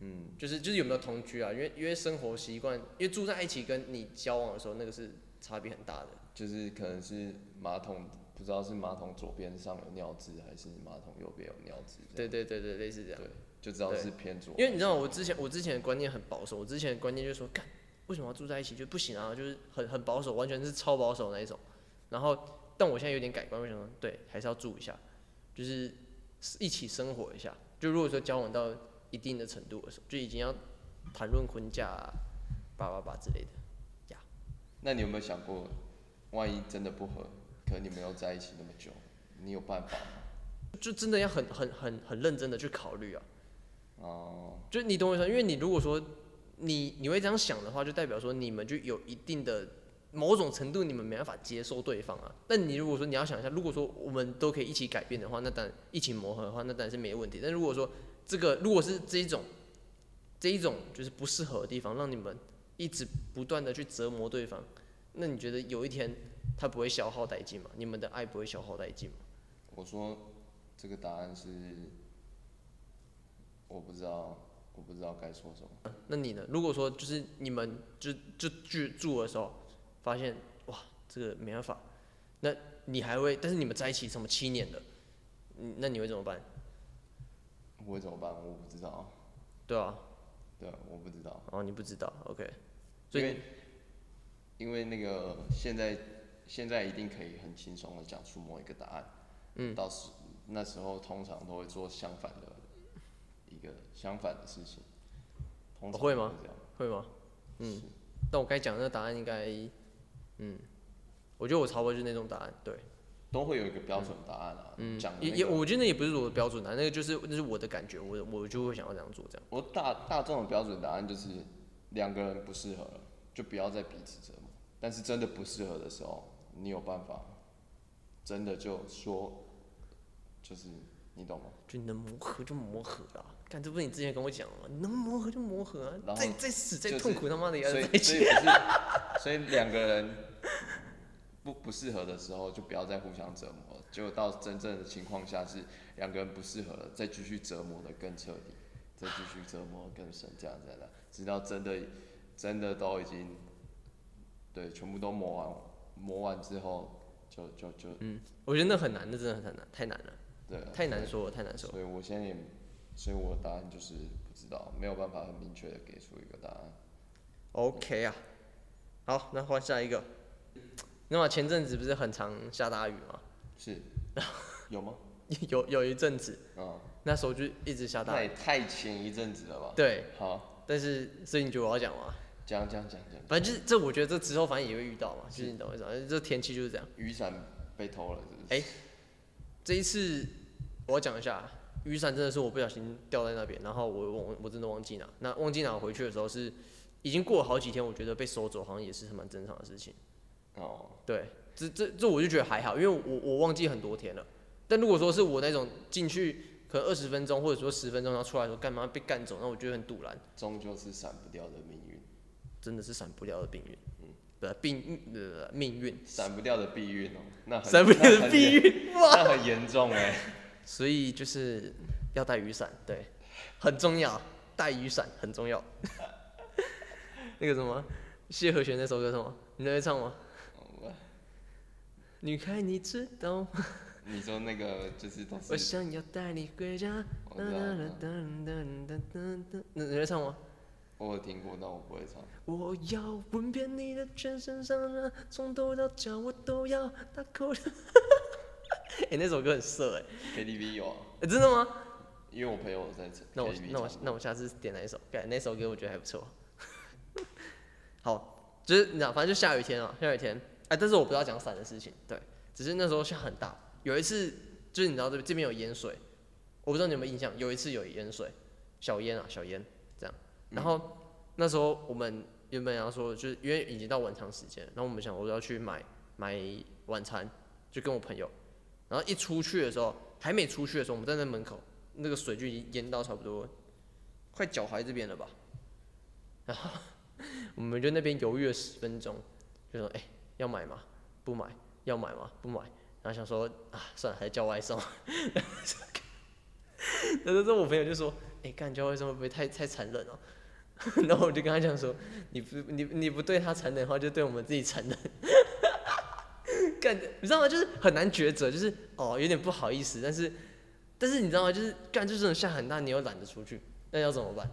S1: 嗯，
S2: 就是就是有没有同居啊。因为因为生活习惯，因为住在一起跟你交往的时候，那个是差别很大的。
S1: 就是可能是马桶，不知道是马桶左边上有尿渍，还是马桶右边有尿渍这
S2: 对
S1: 样。
S2: 对对对，类似这样。
S1: 对，就知道是偏左。
S2: 因为你知道我之前我之前的观念很保守，我之前的观念就是说，干为什么要住在一起就不行啊，就是很很保守，完全是超保守那一种。然后，但我现在有点改观，为什么？对，还是要住一下，就是一起生活一下。就如果说交往到一定的程度的时候，就已经要谈论婚嫁、啊、叭叭叭之类的。
S1: 那你有没有想过，万一真的不合，可你没有在一起那么久，你有办法吗？
S2: 就真的要很很很很认真的去考虑啊。
S1: 哦，
S2: 就是你懂我意思吗，因为你如果说你你会这样想的话，就代表说你们就有一定的某种程度，你们没办法接受对方啊。但你如果说你要想一下，如果说我们都可以一起改变的话，那当然一起磨合的话，那当然是没问题。但如果说这个如果是这一种这一种就是不适合的地方，让你们一直不断的去折磨对方，那你觉得有一天他不会消耗殆尽吗？你们的爱不会消耗殆尽吗？
S1: 我说这个答案是，我不知道，我不知道该说什么。
S2: 那你呢？如果说就是你们就就住住的时候，发现哇这个没办法，那你还会，但是你们在一起什么七年的，嗯那你会怎么办？
S1: 我会怎么办？我不知道。
S2: 对啊，
S1: 对，我不知道，
S2: 哦你不知道，OK，所
S1: 因
S2: 以
S1: 为因为那个现在现在一定可以很轻松的讲出某一个答案，
S2: 嗯，
S1: 到时那时候通常都会做相反的一个相反的事情，通常
S2: 哦会吗
S1: 都这样？
S2: 会吗？嗯
S1: 是，
S2: 那我该讲的那答案应该，嗯，我觉得我差不多就是那种答案，对，
S1: 都会有一个标准答案啊。
S2: 嗯
S1: 讲，的
S2: 也
S1: 那
S2: 也
S1: 个
S2: 我觉得那也不是我的标准答啊案，那个就是那是我的感觉，我的我就会想要这样做这样。
S1: 我大大众的标准答案就是两个人不适合了，就不要再彼此折磨。但是真的不适合的时候，你有办法，真的就说，就是你懂吗？
S2: 就你能磨合就磨合啊！看，这不是你之前跟我讲的吗？你能磨合就磨合啊！
S1: 然后
S2: 再再死再
S1: 就是
S2: 痛苦，他妈的也要
S1: 所以
S2: 在一
S1: 所以不
S2: 起。
S1: 是，所以两个人不不适合的时候，就不要再互相折磨了。就到真正的情况下是两个人不适合了，再继续折磨的更彻底，再继续折磨得更深，这样这样，这样直到真的真的都已经对全部都磨完磨完之后，就就就
S2: 我觉得那很难，那真的很难，太难了，
S1: 对了。
S2: 太难说了，太难说了。
S1: 所以我现在也，所以我的答案就是不知道，没有办法很明确的给出一个答案。
S2: OK 啊，好，那换下一个。嗯那么前阵子不是很常下大雨吗？
S1: 是有吗？
S2: 有有一阵子，
S1: 嗯，
S2: 那时候就一直下大
S1: 那
S2: 雨。
S1: 也太前一阵子了吧？
S2: 对，
S1: 好，
S2: 但是所以你觉得我要讲吗？
S1: 讲讲讲讲，
S2: 反正就是这，我觉得这之后反正也会遇到嘛，就是你懂我意思吗？这天气就是这样。
S1: 雨伞被偷了是不是？
S2: 哎这一次我要讲一下，雨伞真的是我不小心掉在那边，然后我我我真的忘记拿。那忘记拿回去的时候是已经过了好几天，我觉得被收走好像也是蛮正常的事情。
S1: 哦，
S2: 对，这这这我就觉得还好，因为我我忘记很多天了。但如果说是我那种进去可能二十分钟或者说十分钟，然后出来的时候干嘛被干走，那我觉得很堵然，
S1: 终究是闪不掉的命运，
S2: 真的是闪不掉的命运。嗯，不，命呃命运，
S1: 闪不掉的避孕哦，那很
S2: 闪不掉的命
S1: 运，
S2: 运。
S1: 那很严重哎、
S2: 所以就是要带雨伞，对，很重要，带雨伞很重要。 那个什么，谢和弦那首歌什么？你能会唱吗？
S1: 我
S2: 女孩，你知道，
S1: 你说那个就是都
S2: 我
S1: 是，
S2: 想要带你回家。
S1: 我
S2: 哒
S1: 知
S2: 哒
S1: 道，
S2: 哒
S1: 嗯
S2: 哒哒哒哒，你你会唱吗？
S1: 我有听过，但我不会唱。
S2: 我要闻遍你的全身上下，从头到脚我都要大 口的。哎、那首歌很色哎、
S1: KTV 有啊，
S2: 欸真的吗？
S1: 因为我朋友在 KTV
S2: 那我那我
S1: 唱
S2: 那我下次点哪一首？改那首歌我觉得还不错。 好，就是你知道，反正就下雨天啊，下雨天。哎，但是我不知道讲伞的事情，对，只是那时候下很大。有一次就是你知道这边这边有淹水，我不知道你有没有印象，有一次有淹水，小淹啊小淹这样。然后、那时候我们原本要说，就是因为已经到晚餐时间了，然后我们想我要去买买晚餐，就跟我朋友。然后一出去的时候，还没出去的时候，我们站在门口，那个水就已经淹到差不多快脚踝这边了吧。然后我们就那边犹豫了十分钟，就说：“哎、要买吗？不买。要买吗？不买。”然后想说：“啊，算了，还是叫外送。” 然后之后我朋友就说：“哎、干叫外送会不会太太残忍哦、 然后我就跟他讲说：“你不，你你不对他残忍的话，就对我们自己残忍。” 干，你知道吗？就是很难抉择，就是哦，有点不好意思，但是但是你知道吗？就是干，就是这种下很大，你又懒得出去，那要怎么办？
S1: 嗯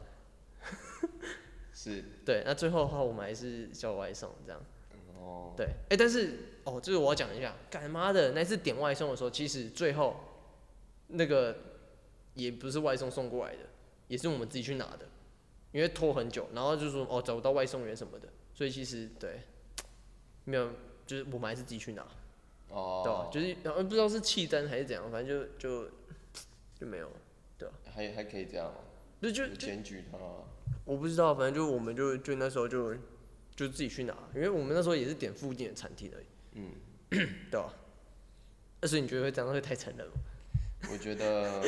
S1: 是，
S2: 对，那最后的话，我们还是叫外送这样。
S1: 哦，
S2: 对，哎、但是哦，这个我要讲一下，干妈的那次点外送的时候，其实最后那个也不是外送送过来的，也是我们自己去拿的，因为拖很久，然后就说哦找不到外送员什么的，所以其实对，没有，就是我们还是自己去拿，
S1: 哦，
S2: 对吧、啊就是然后不知道是弃单还是怎样，反正就就就没有了，
S1: 还还可以这样哦，
S2: 就就
S1: 你检举他，
S2: 我不知道，反正就我们就就那时候就就自己去拿，因为我们那时候也是点附近的餐厅而已。
S1: 嗯，
S2: 对吧？那所以你觉得会这样会太残忍吗？
S1: 我觉 得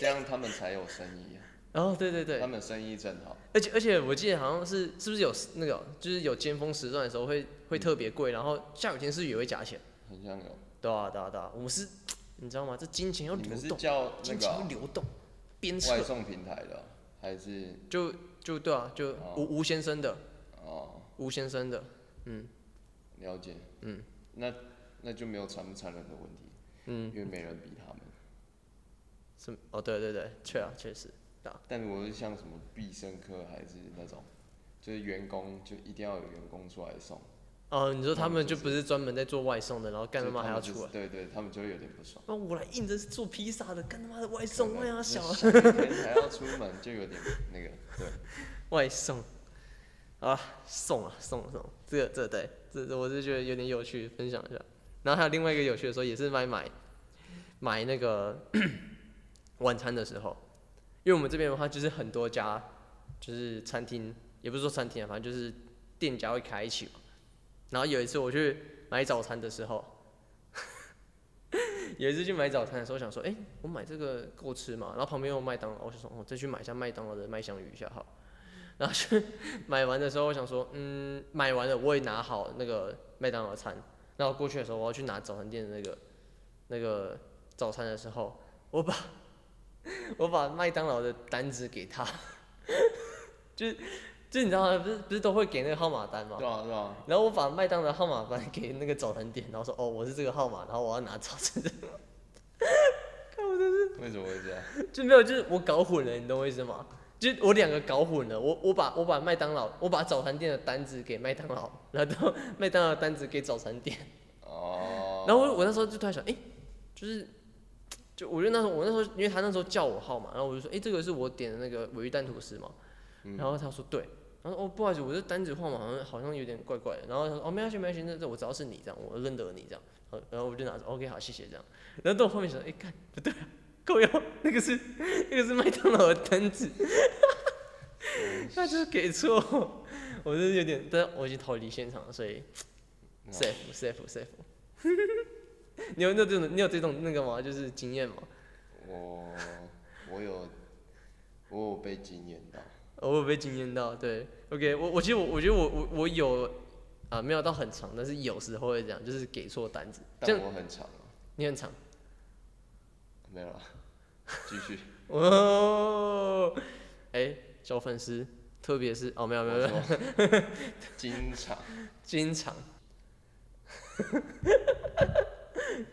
S1: 这样他们才有生意啊，
S2: 哦，对对对
S1: 他，们生意正好。
S2: 而且而且我记得好像是是不是有那个就是有尖峰时段的时候会会特别贵，然后下雨天是不是也会加钱？
S1: 很像有，
S2: 嗯对啊对啊对啊，我们是，你知道吗？这金钱要
S1: 你
S2: 流
S1: 们是
S2: 动，
S1: 叫那
S2: 金
S1: 个
S2: 钱要
S1: 啊、
S2: 流动，鞭策
S1: 外送平台的哦，还是
S2: 就就对啊，就
S1: 哦
S2: 吴吴先生的
S1: 哦？
S2: 吴先生的，嗯
S1: 了解。
S2: 嗯，
S1: 那那就没有残不残忍的问题，
S2: 嗯，
S1: 因为没人比他们。
S2: 什么？哦对对对，确啊确实，
S1: 但如果是像什么必胜客还是那种，就是员工就一定要有员工出来送，
S2: 哦你说他
S1: 他们
S2: 们
S1: 就
S2: 就不是专门在做外送的，然后干他妈还要出
S1: 来，，
S2: 来
S1: 对对，他们就会有点不爽。
S2: 那我来硬着是做披萨的，干他妈的外送，哎呀小
S1: 那下雨天还要出门，就有点那个，对，
S2: 外送啊，送啊送啊送啊，这个这个对，这这我是觉得有点有趣，分享一下。然后还有另外一个有趣的时候，也是买买买那个 晚餐的时候，因为我们这边的话就是很多家就是餐厅，也不是说餐厅啊，反正就是店家会开一起嘛。然后有一次我去买早餐的时候， 有一次去买早餐的时候，想说，哎、我买这个够吃吗？然后旁边有麦当劳，我想说，哦，再去买一下麦当劳的麦香鱼一下好了。然后去买完的时候，我想说，嗯，买完了我也拿好那个麦当劳的餐。然后过去的时候，我要去拿早餐店的那个那个早餐的时候，我把我把麦当劳的单子给他， 就是就是你知道吗？不是不是都会给那个号码单吗？
S1: 对啊对啊，
S2: 然后我把麦当劳号码单给那个早餐店，然后说哦我是这个号码，然后我要拿早餐 的，
S1: 为什么会这样？
S2: 就没有就是我搞混了，你懂我意思吗？就是我两个搞混了，我我把我把麦当劳我把早餐店的单子给麦当劳，然后 麦当劳的单子给早餐店，
S1: 哦，
S2: 然后我我那时候就突然想，哎、就是就我就那时候我那时候因为他那时候叫我号码，然后我就说，哎、这个是我点的那个尾鱼蛋吐司嘛，
S1: 嗯
S2: 然后他说对，然后哦不好意思，我这单子号码好像好像有点怪怪的，然后他说哦没关系没关系，那这我只要是你这样，我认得你这样，然后然后我就拿着 OK 好谢谢这样，然后到我后面想，哎、看不对啊，够用，那个是那个是麦当劳的 单子，他就是给错，我就是有点，但我已经逃离现场了，所以 safe safe safe。你有你有这种你有这种那个吗？就是经验吗？
S1: 我我有我有被惊艳到，
S2: 偶哦尔被惊艳到，对，OK，我我其实我我觉得我我我有啊、没有到很长，但是有时候会这样，就是给错单子，这
S1: 但
S2: 样
S1: 我很长啊，
S2: 你很长，
S1: 没有了，继 续。
S2: 哦，哎、小粉丝，特别是哦没有没有没
S1: 我
S2: 有，
S1: 说经常，
S2: 经常，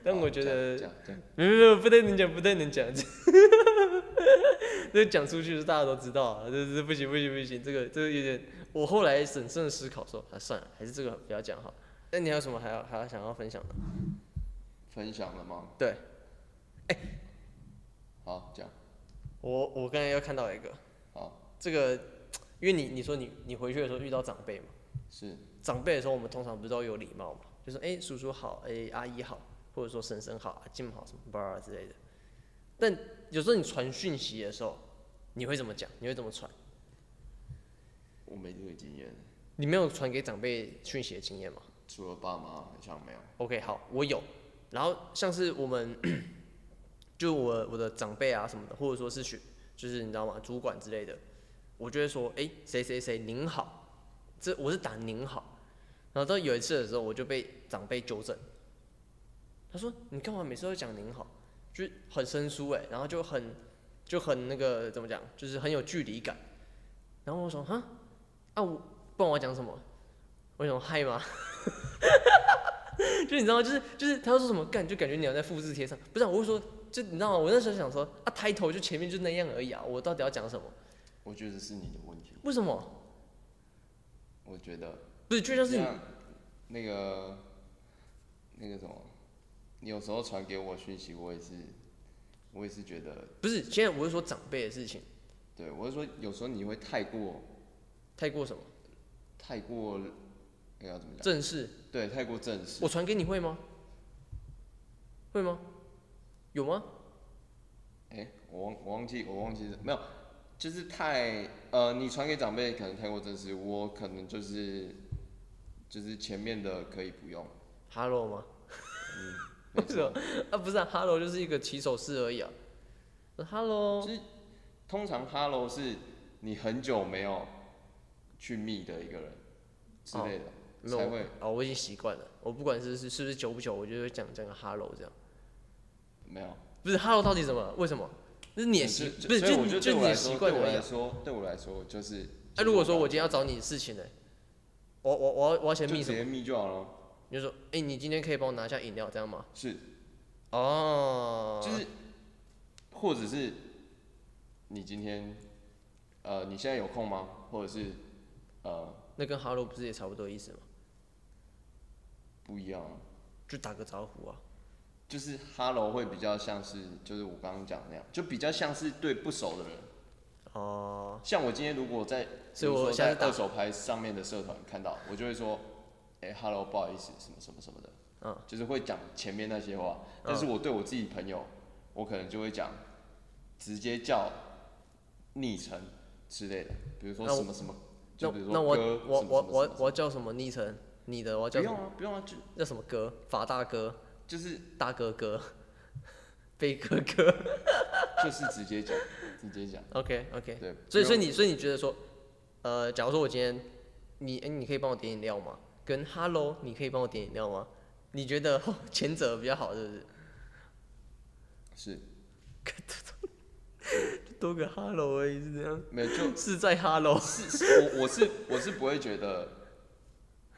S2: 但我觉得
S1: 哦这样这样
S2: 没有没有，不太能讲，不太能讲， 这讲出去是大家都知道啊，这这不行不行不行，这个这个有点，我后来审慎思考说，啊算了，还是这个不要讲好。那你还有什么还要还要想要分享的？
S1: 分享了吗？哎
S2: 对，
S1: 好，讲
S2: 我我刚才又看到一个，
S1: 好
S2: 这个，因为你你说你你回去的时候遇到长辈嘛，
S1: 是
S2: 长辈的时候我们通常不是都有礼貌嘛，就说哎、叔叔好，哎、阿姨好，或者说婶婶好，阿啊舅好什么巴拉之类的。但有时候你传讯息的时候，你会怎么讲？你会怎么传？
S1: 我没这个经验，
S2: 你没有传给长辈讯息的经验吗
S1: 除了爸妈好像没有。
S2: ？OK，好，我有。然后像是我们， 就我我的长辈啊什么的，或者说是学，就是你知道吗，主管之类的，我就会说，哎、谁谁谁您好，这我是打您好。然后到有一次的时候，我就被长辈纠正，他说你干嘛每次都讲您好，就是很生疏哎、然后就很就很那个怎么讲，就是很有距离感。然后我说哈，啊我不然我要讲什么？我想嗨吗？ 就你知道吗？就是就是，他说什么干，就感觉你要在复制贴上。不是啊、我会说，就你知道吗？我那时候想说，啊，抬头就前面就那样而已啊，我到底要讲什么？
S1: 我觉得是你的问题，
S2: 为什么？
S1: 我觉得
S2: 不是，就像是
S1: 这
S2: 你
S1: 样那个那个什么，你有时候传给我讯息，我也是我也是觉得，
S2: 不是，现在我是说长辈的事情，
S1: 对我是说有时候你会太过
S2: 太过什么
S1: 太过那个要怎么讲？
S2: 正式，
S1: 对，太过正式
S2: 我。传给你会吗？会吗？有吗？
S1: 哎、我忘我忘记我忘记是没有，就是太呃，你传给长辈可能太过真实，我可能就是就是前面的可以不用，
S2: Hello 吗？
S1: 没错，
S2: 啊，不是啊，Hello 就是一个起手式而已啊。Hello，
S1: 就是通常 hello 是你很久没有去密的一个人之类的，
S2: 没有
S1: 才会
S2: 哦，我已经习惯了。我不管是是是不是久不久，我就会讲讲个 Hello 这样。
S1: 没有。
S2: 不是 Hello 到底什么？为什么？那是你的习，
S1: 就
S2: 不是
S1: 所以
S2: 嗯就
S1: 我
S2: 你
S1: 觉得
S2: 就
S1: 对
S2: 你
S1: 我来
S2: 的习
S1: 说，
S2: 惯
S1: 对
S2: 而
S1: 我
S2: 已
S1: 来
S2: 啊。
S1: 说，对我来说就是。
S2: 那如果说我
S1: 就
S2: 今天要找你事情呢？我我我要我要先密
S1: 直
S2: 什么？
S1: 接密就好了，
S2: 你就说，哎、你今天可以帮我拿一下饮料，这样吗？
S1: 是
S2: 哦，
S1: 就是，或者是你今天呃你现在有空吗？或者是呃
S2: 那跟 Hello 不是也差不多意思吗？
S1: 不一样啊，
S2: 就打个招呼啊。
S1: 就是 hello 会比较像是，就是我刚刚讲的那样，就比较像是对不熟的人。
S2: 哦，
S1: 像我今天如果在，
S2: 所以我
S1: 比如说
S2: 下
S1: 在
S2: 次打
S1: 二手牌上面的社团看到，我就会说，哎、h e l l o 不好意思，什么什么什么的，
S2: 嗯，
S1: 就是会讲前面那些话。
S2: 嗯
S1: 但是我对我自己朋友，我可能就会讲，直接叫昵称之类的，比如说
S2: 那我
S1: 什么什么，
S2: 那
S1: 就比如
S2: 那
S1: 说
S2: 我
S1: 哥
S2: 我
S1: 什么什么
S2: 我
S1: 什
S2: 我
S1: 么什么
S2: 我要叫什么昵称？你的我要
S1: 不
S2: 叫什
S1: 用
S2: 么
S1: 啊，不用啊，就
S2: 叫什么哥？法大哥、
S1: 就是
S2: 大哥哥、 飞哥哥。
S1: 就是直接讲， 直接讲，
S2: OK OK。
S1: 对。
S2: 所以
S1: 不用
S2: 所以你所以你觉得说，呃，假如说我今天你哎、你可以帮我点饮料吗？跟 Hello 你可以帮我点饮料吗？你觉得 前者比较好，是不是？
S1: 是
S2: 多个 Hello 而已是这样，
S1: 没有就。
S2: 是在 Hello。
S1: 是是，我我是我是不会觉得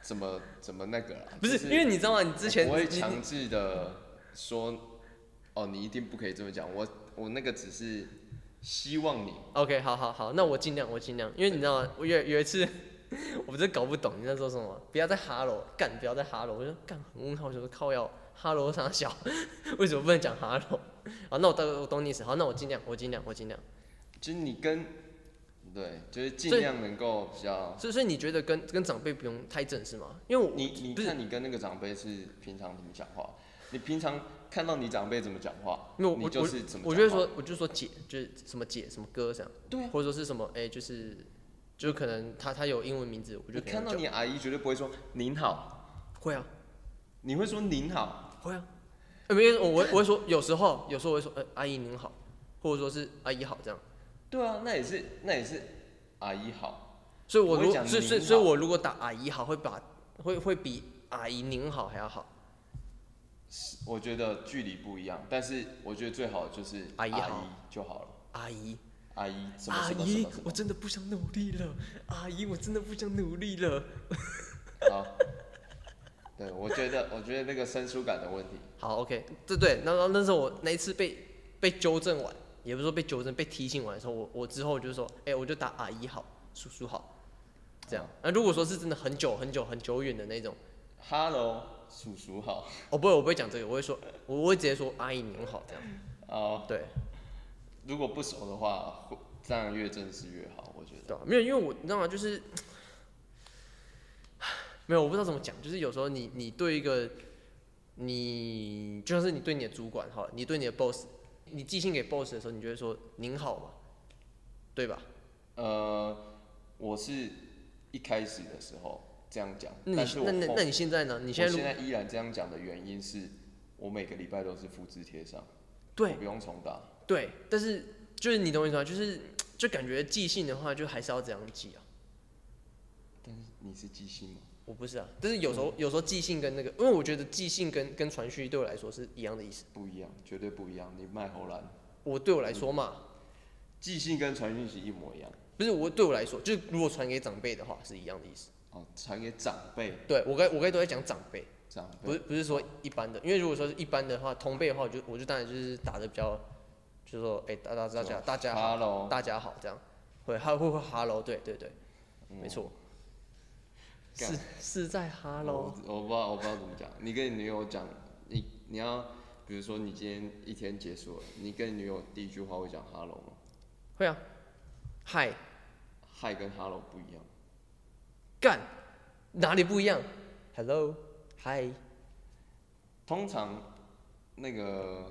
S1: 怎么怎么那个啦，
S2: 不是，
S1: 就
S2: 因为你知道吗？你
S1: 我
S2: 之前
S1: 不会
S2: 你
S1: 强制的说，哦，你一定不可以这么讲，我我那个只是希望你
S2: OK，好好好，那我尽量，我尽量，因为你知道吗？我有有一次， 我真搞不懂你在说什么，不要再哈喽，干，不要再哈喽，我就干很问号，我就说靠要哈喽啥小， 为什么不能讲哈喽？好，那我懂我懂你意思，好，那我尽量，我尽量，我尽量。
S1: 就是你跟对，就是
S2: 所
S1: 尽
S2: 以
S1: 量能够比较。
S2: 所以所以你觉得跟跟长辈不用太正式吗？因为我
S1: 你你
S2: 不是
S1: 看你跟那个长辈是平常怎么讲话，你平常看到你长辈怎么讲话，
S2: 因为我
S1: 你
S2: 我
S1: 就是怎么
S2: 我
S1: 讲
S2: 就
S1: 话
S2: 说我就说姐就是什么姐什么哥这样，
S1: 对啊，
S2: 或者说是什么哎、就是就可能他他有英文名字，我就
S1: 你
S2: 可
S1: 看
S2: 能
S1: 到
S2: 就
S1: 你阿姨绝对不会说您好，
S2: 会啊。
S1: 你会说您好，
S2: 会啊，呃没有，我我我会说，有时候有时候我会说，呃，阿姨您好，或者说是阿姨好这样。
S1: 对啊，那也是那也是阿姨好。
S2: 所以我
S1: 我会
S2: 如
S1: 讲
S2: 所以所以
S1: 您好
S2: 所以我如果打阿姨好，会把会会比阿姨您好还要好。
S1: 我觉得距离不一样，但是我觉得最好就是
S2: 阿姨好
S1: 就好了。
S2: 阿姨，
S1: 阿姨什么
S2: 阿
S1: 什么什
S2: 姨
S1: 么什，
S2: 我
S1: 么
S2: 真的不想努力了，阿姨，我真的不想努力了。
S1: 好。对，我觉得 我觉得那个生疏感的问题，
S2: 好，OK，这对，然后那时候我那一次被被纠正完，也不是说被纠正，被提醒完的时候，我我之后就说，哎、我就打阿姨好，叔叔好，这样。那如果说是真的很久很久很久远的那种。
S1: Hello，叔叔好。
S2: 哦，不会，我不会讲这个，我会说，我我会直接说阿姨您好这样。
S1: 哦，
S2: 对
S1: 如果不熟的话，会这样越正式越好，我觉得。
S2: 对、啊，没有，因为我你知道吗？就是 没有，我不知道怎么讲，就是有时候你你对一个你就像是你对你的主管好了，你对你的 boss，你寄信给 boss 的时候，你就会说您好嘛，对吧？
S1: 呃，我是一开始的时候这样讲，
S2: 那
S1: 但
S2: 你
S1: 是我
S2: 那那
S1: 后
S2: 那你现在呢？你哦现
S1: 我
S2: 在如
S1: 现在依然这样讲的原因是，我每个礼拜都是复制贴上，
S2: 对
S1: 我不用重打。
S2: 对，但是就是你懂我意思吗？就是就感觉寄信的话，就还是要这样寄啊。
S1: 但是你是记性吗？
S2: 我不是啊，但是有时候、有时候寄信跟那个，因为我觉得寄信跟跟传讯对我来说是一样的意思。
S1: 不一样，绝对不一样。你卖猴兰，
S2: 我对我来说嘛，
S1: 寄信跟传讯息一模一样。
S2: 不是我对我来说，就是如果传给长辈的话是一样的意思。
S1: 哦，传给长辈，
S2: 对我该我该都在讲长辈，
S1: 长
S2: 不
S1: 辈
S2: 是不是说一般的，因为如果说是一般的话，同辈的话，我就我就当然就是打的比较，就是说哎、大大大家大家好，
S1: ，Hello，
S2: 大家好这样，会还会会 hello，对对对，
S1: 嗯
S2: 没。错，
S1: 干
S2: 是是在 hello，
S1: 我我不知道，我不知道怎么讲。你跟你女友讲，你你要，比如说你今天一天结束了，你跟你女友第一句话会讲 Hello 吗
S2: 会啊，嗨
S1: ？Hi 跟 Hello 不一样。
S2: 干哪里不一样？hello 嗨
S1: 通常那个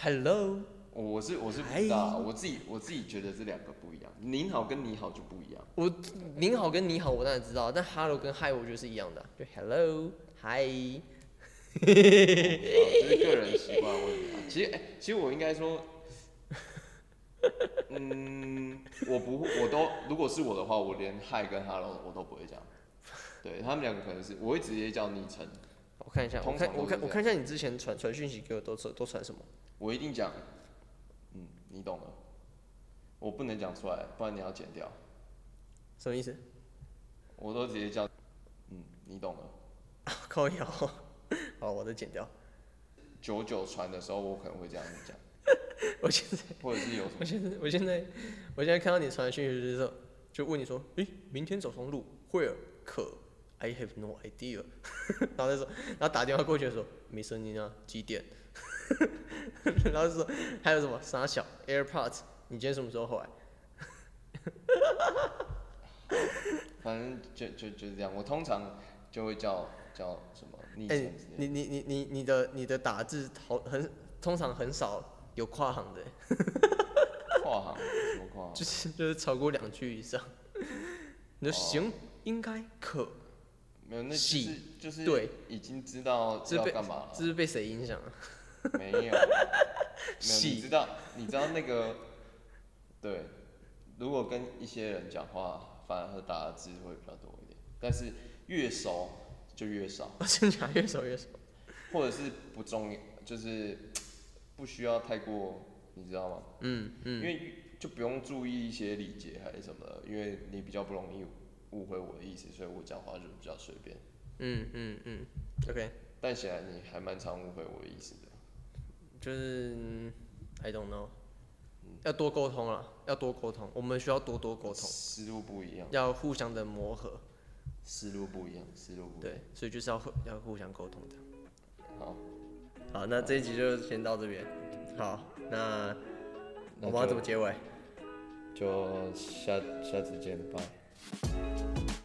S2: hello
S1: 我我是我是不知道
S2: 哎
S1: 啊，我自己我自己觉得这两个不一样，您好跟你好就不一样。
S2: 我您好跟你好我当然知道，但 hello 跟 hi 我觉得是一样的啊，就 hello hi。
S1: 啊，这是个人习惯问题啊。其实，哎、其实我应该说，嗯，我不，我都，如果是我的话，我连 hi 跟 hello 我都不会讲。对他们两个可能是，我会直接叫昵称，
S2: 我看一下，我
S1: 通常
S2: 看
S1: 都
S2: 我
S1: 是这样
S2: 看我看一下你之前传传讯息给我都传都传什么？
S1: 我一定讲，嗯，你懂的，我不能讲出来，不然你要剪掉。
S2: 什么意思？
S1: 我都直接叫，嗯，你懂的。
S2: 靠腰。 好，我再剪掉。
S1: 九九传的时候，我可能会这样子讲，
S2: 我现在
S1: 或者是有什
S2: 我
S1: 么，
S2: 现在我现在我现在看到你传的讯息的时候，就问你说，诶、明天早上录会尔可？I have no idea 。 然后就说，然后打电话过去的时候没声音啊，几点？ 然后就说还有什么傻小 AirPods，你今天什么时候回来？
S1: 反正就就就是这样。我通常就会叫叫什么昵
S2: 哎、
S1: 称之类的。
S2: 你你你你你的你的打字好很通常很少有跨行的、
S1: 跨行什么跨行？
S2: 就是就是超过两句以上。 你
S1: 哦
S2: 说行，应该可，
S1: 没有，那就是
S2: 戏
S1: 就是
S2: 对，
S1: 已经知道
S2: 这
S1: 要
S2: 被
S1: 干嘛了。
S2: 这是被谁影响啊？
S1: 没有，没有，你
S2: 戏
S1: 知道，你知道那个，对，如果跟一些人讲话，反而打的字会比较多一点，但是越熟就越少，
S2: 我真假越少越少。
S1: 或者是不重要，就是不需要太过，你知道吗？
S2: 嗯
S1: 因
S2: 嗯，
S1: 为就不用注意一些礼节还是什么的，因为你比较不容易误会我的意思，所以我讲话就比较随便。
S2: 嗯嗯嗯，OK，
S1: 但显然你还蛮常误会我的意思的。
S2: 就是嗯 I don't know，要多沟通了，要多沟通，我们需要多多沟通，
S1: 思路不一样，
S2: 要互相的磨合，
S1: 思路不一样，思路不一样。
S2: 对，所以就是要互要互相沟通的。
S1: 好，
S2: 好，那这一集就先到这边。好，那我
S1: 那
S2: 们要
S1: 就
S2: 怎么结尾？
S1: 就下下次见，拜。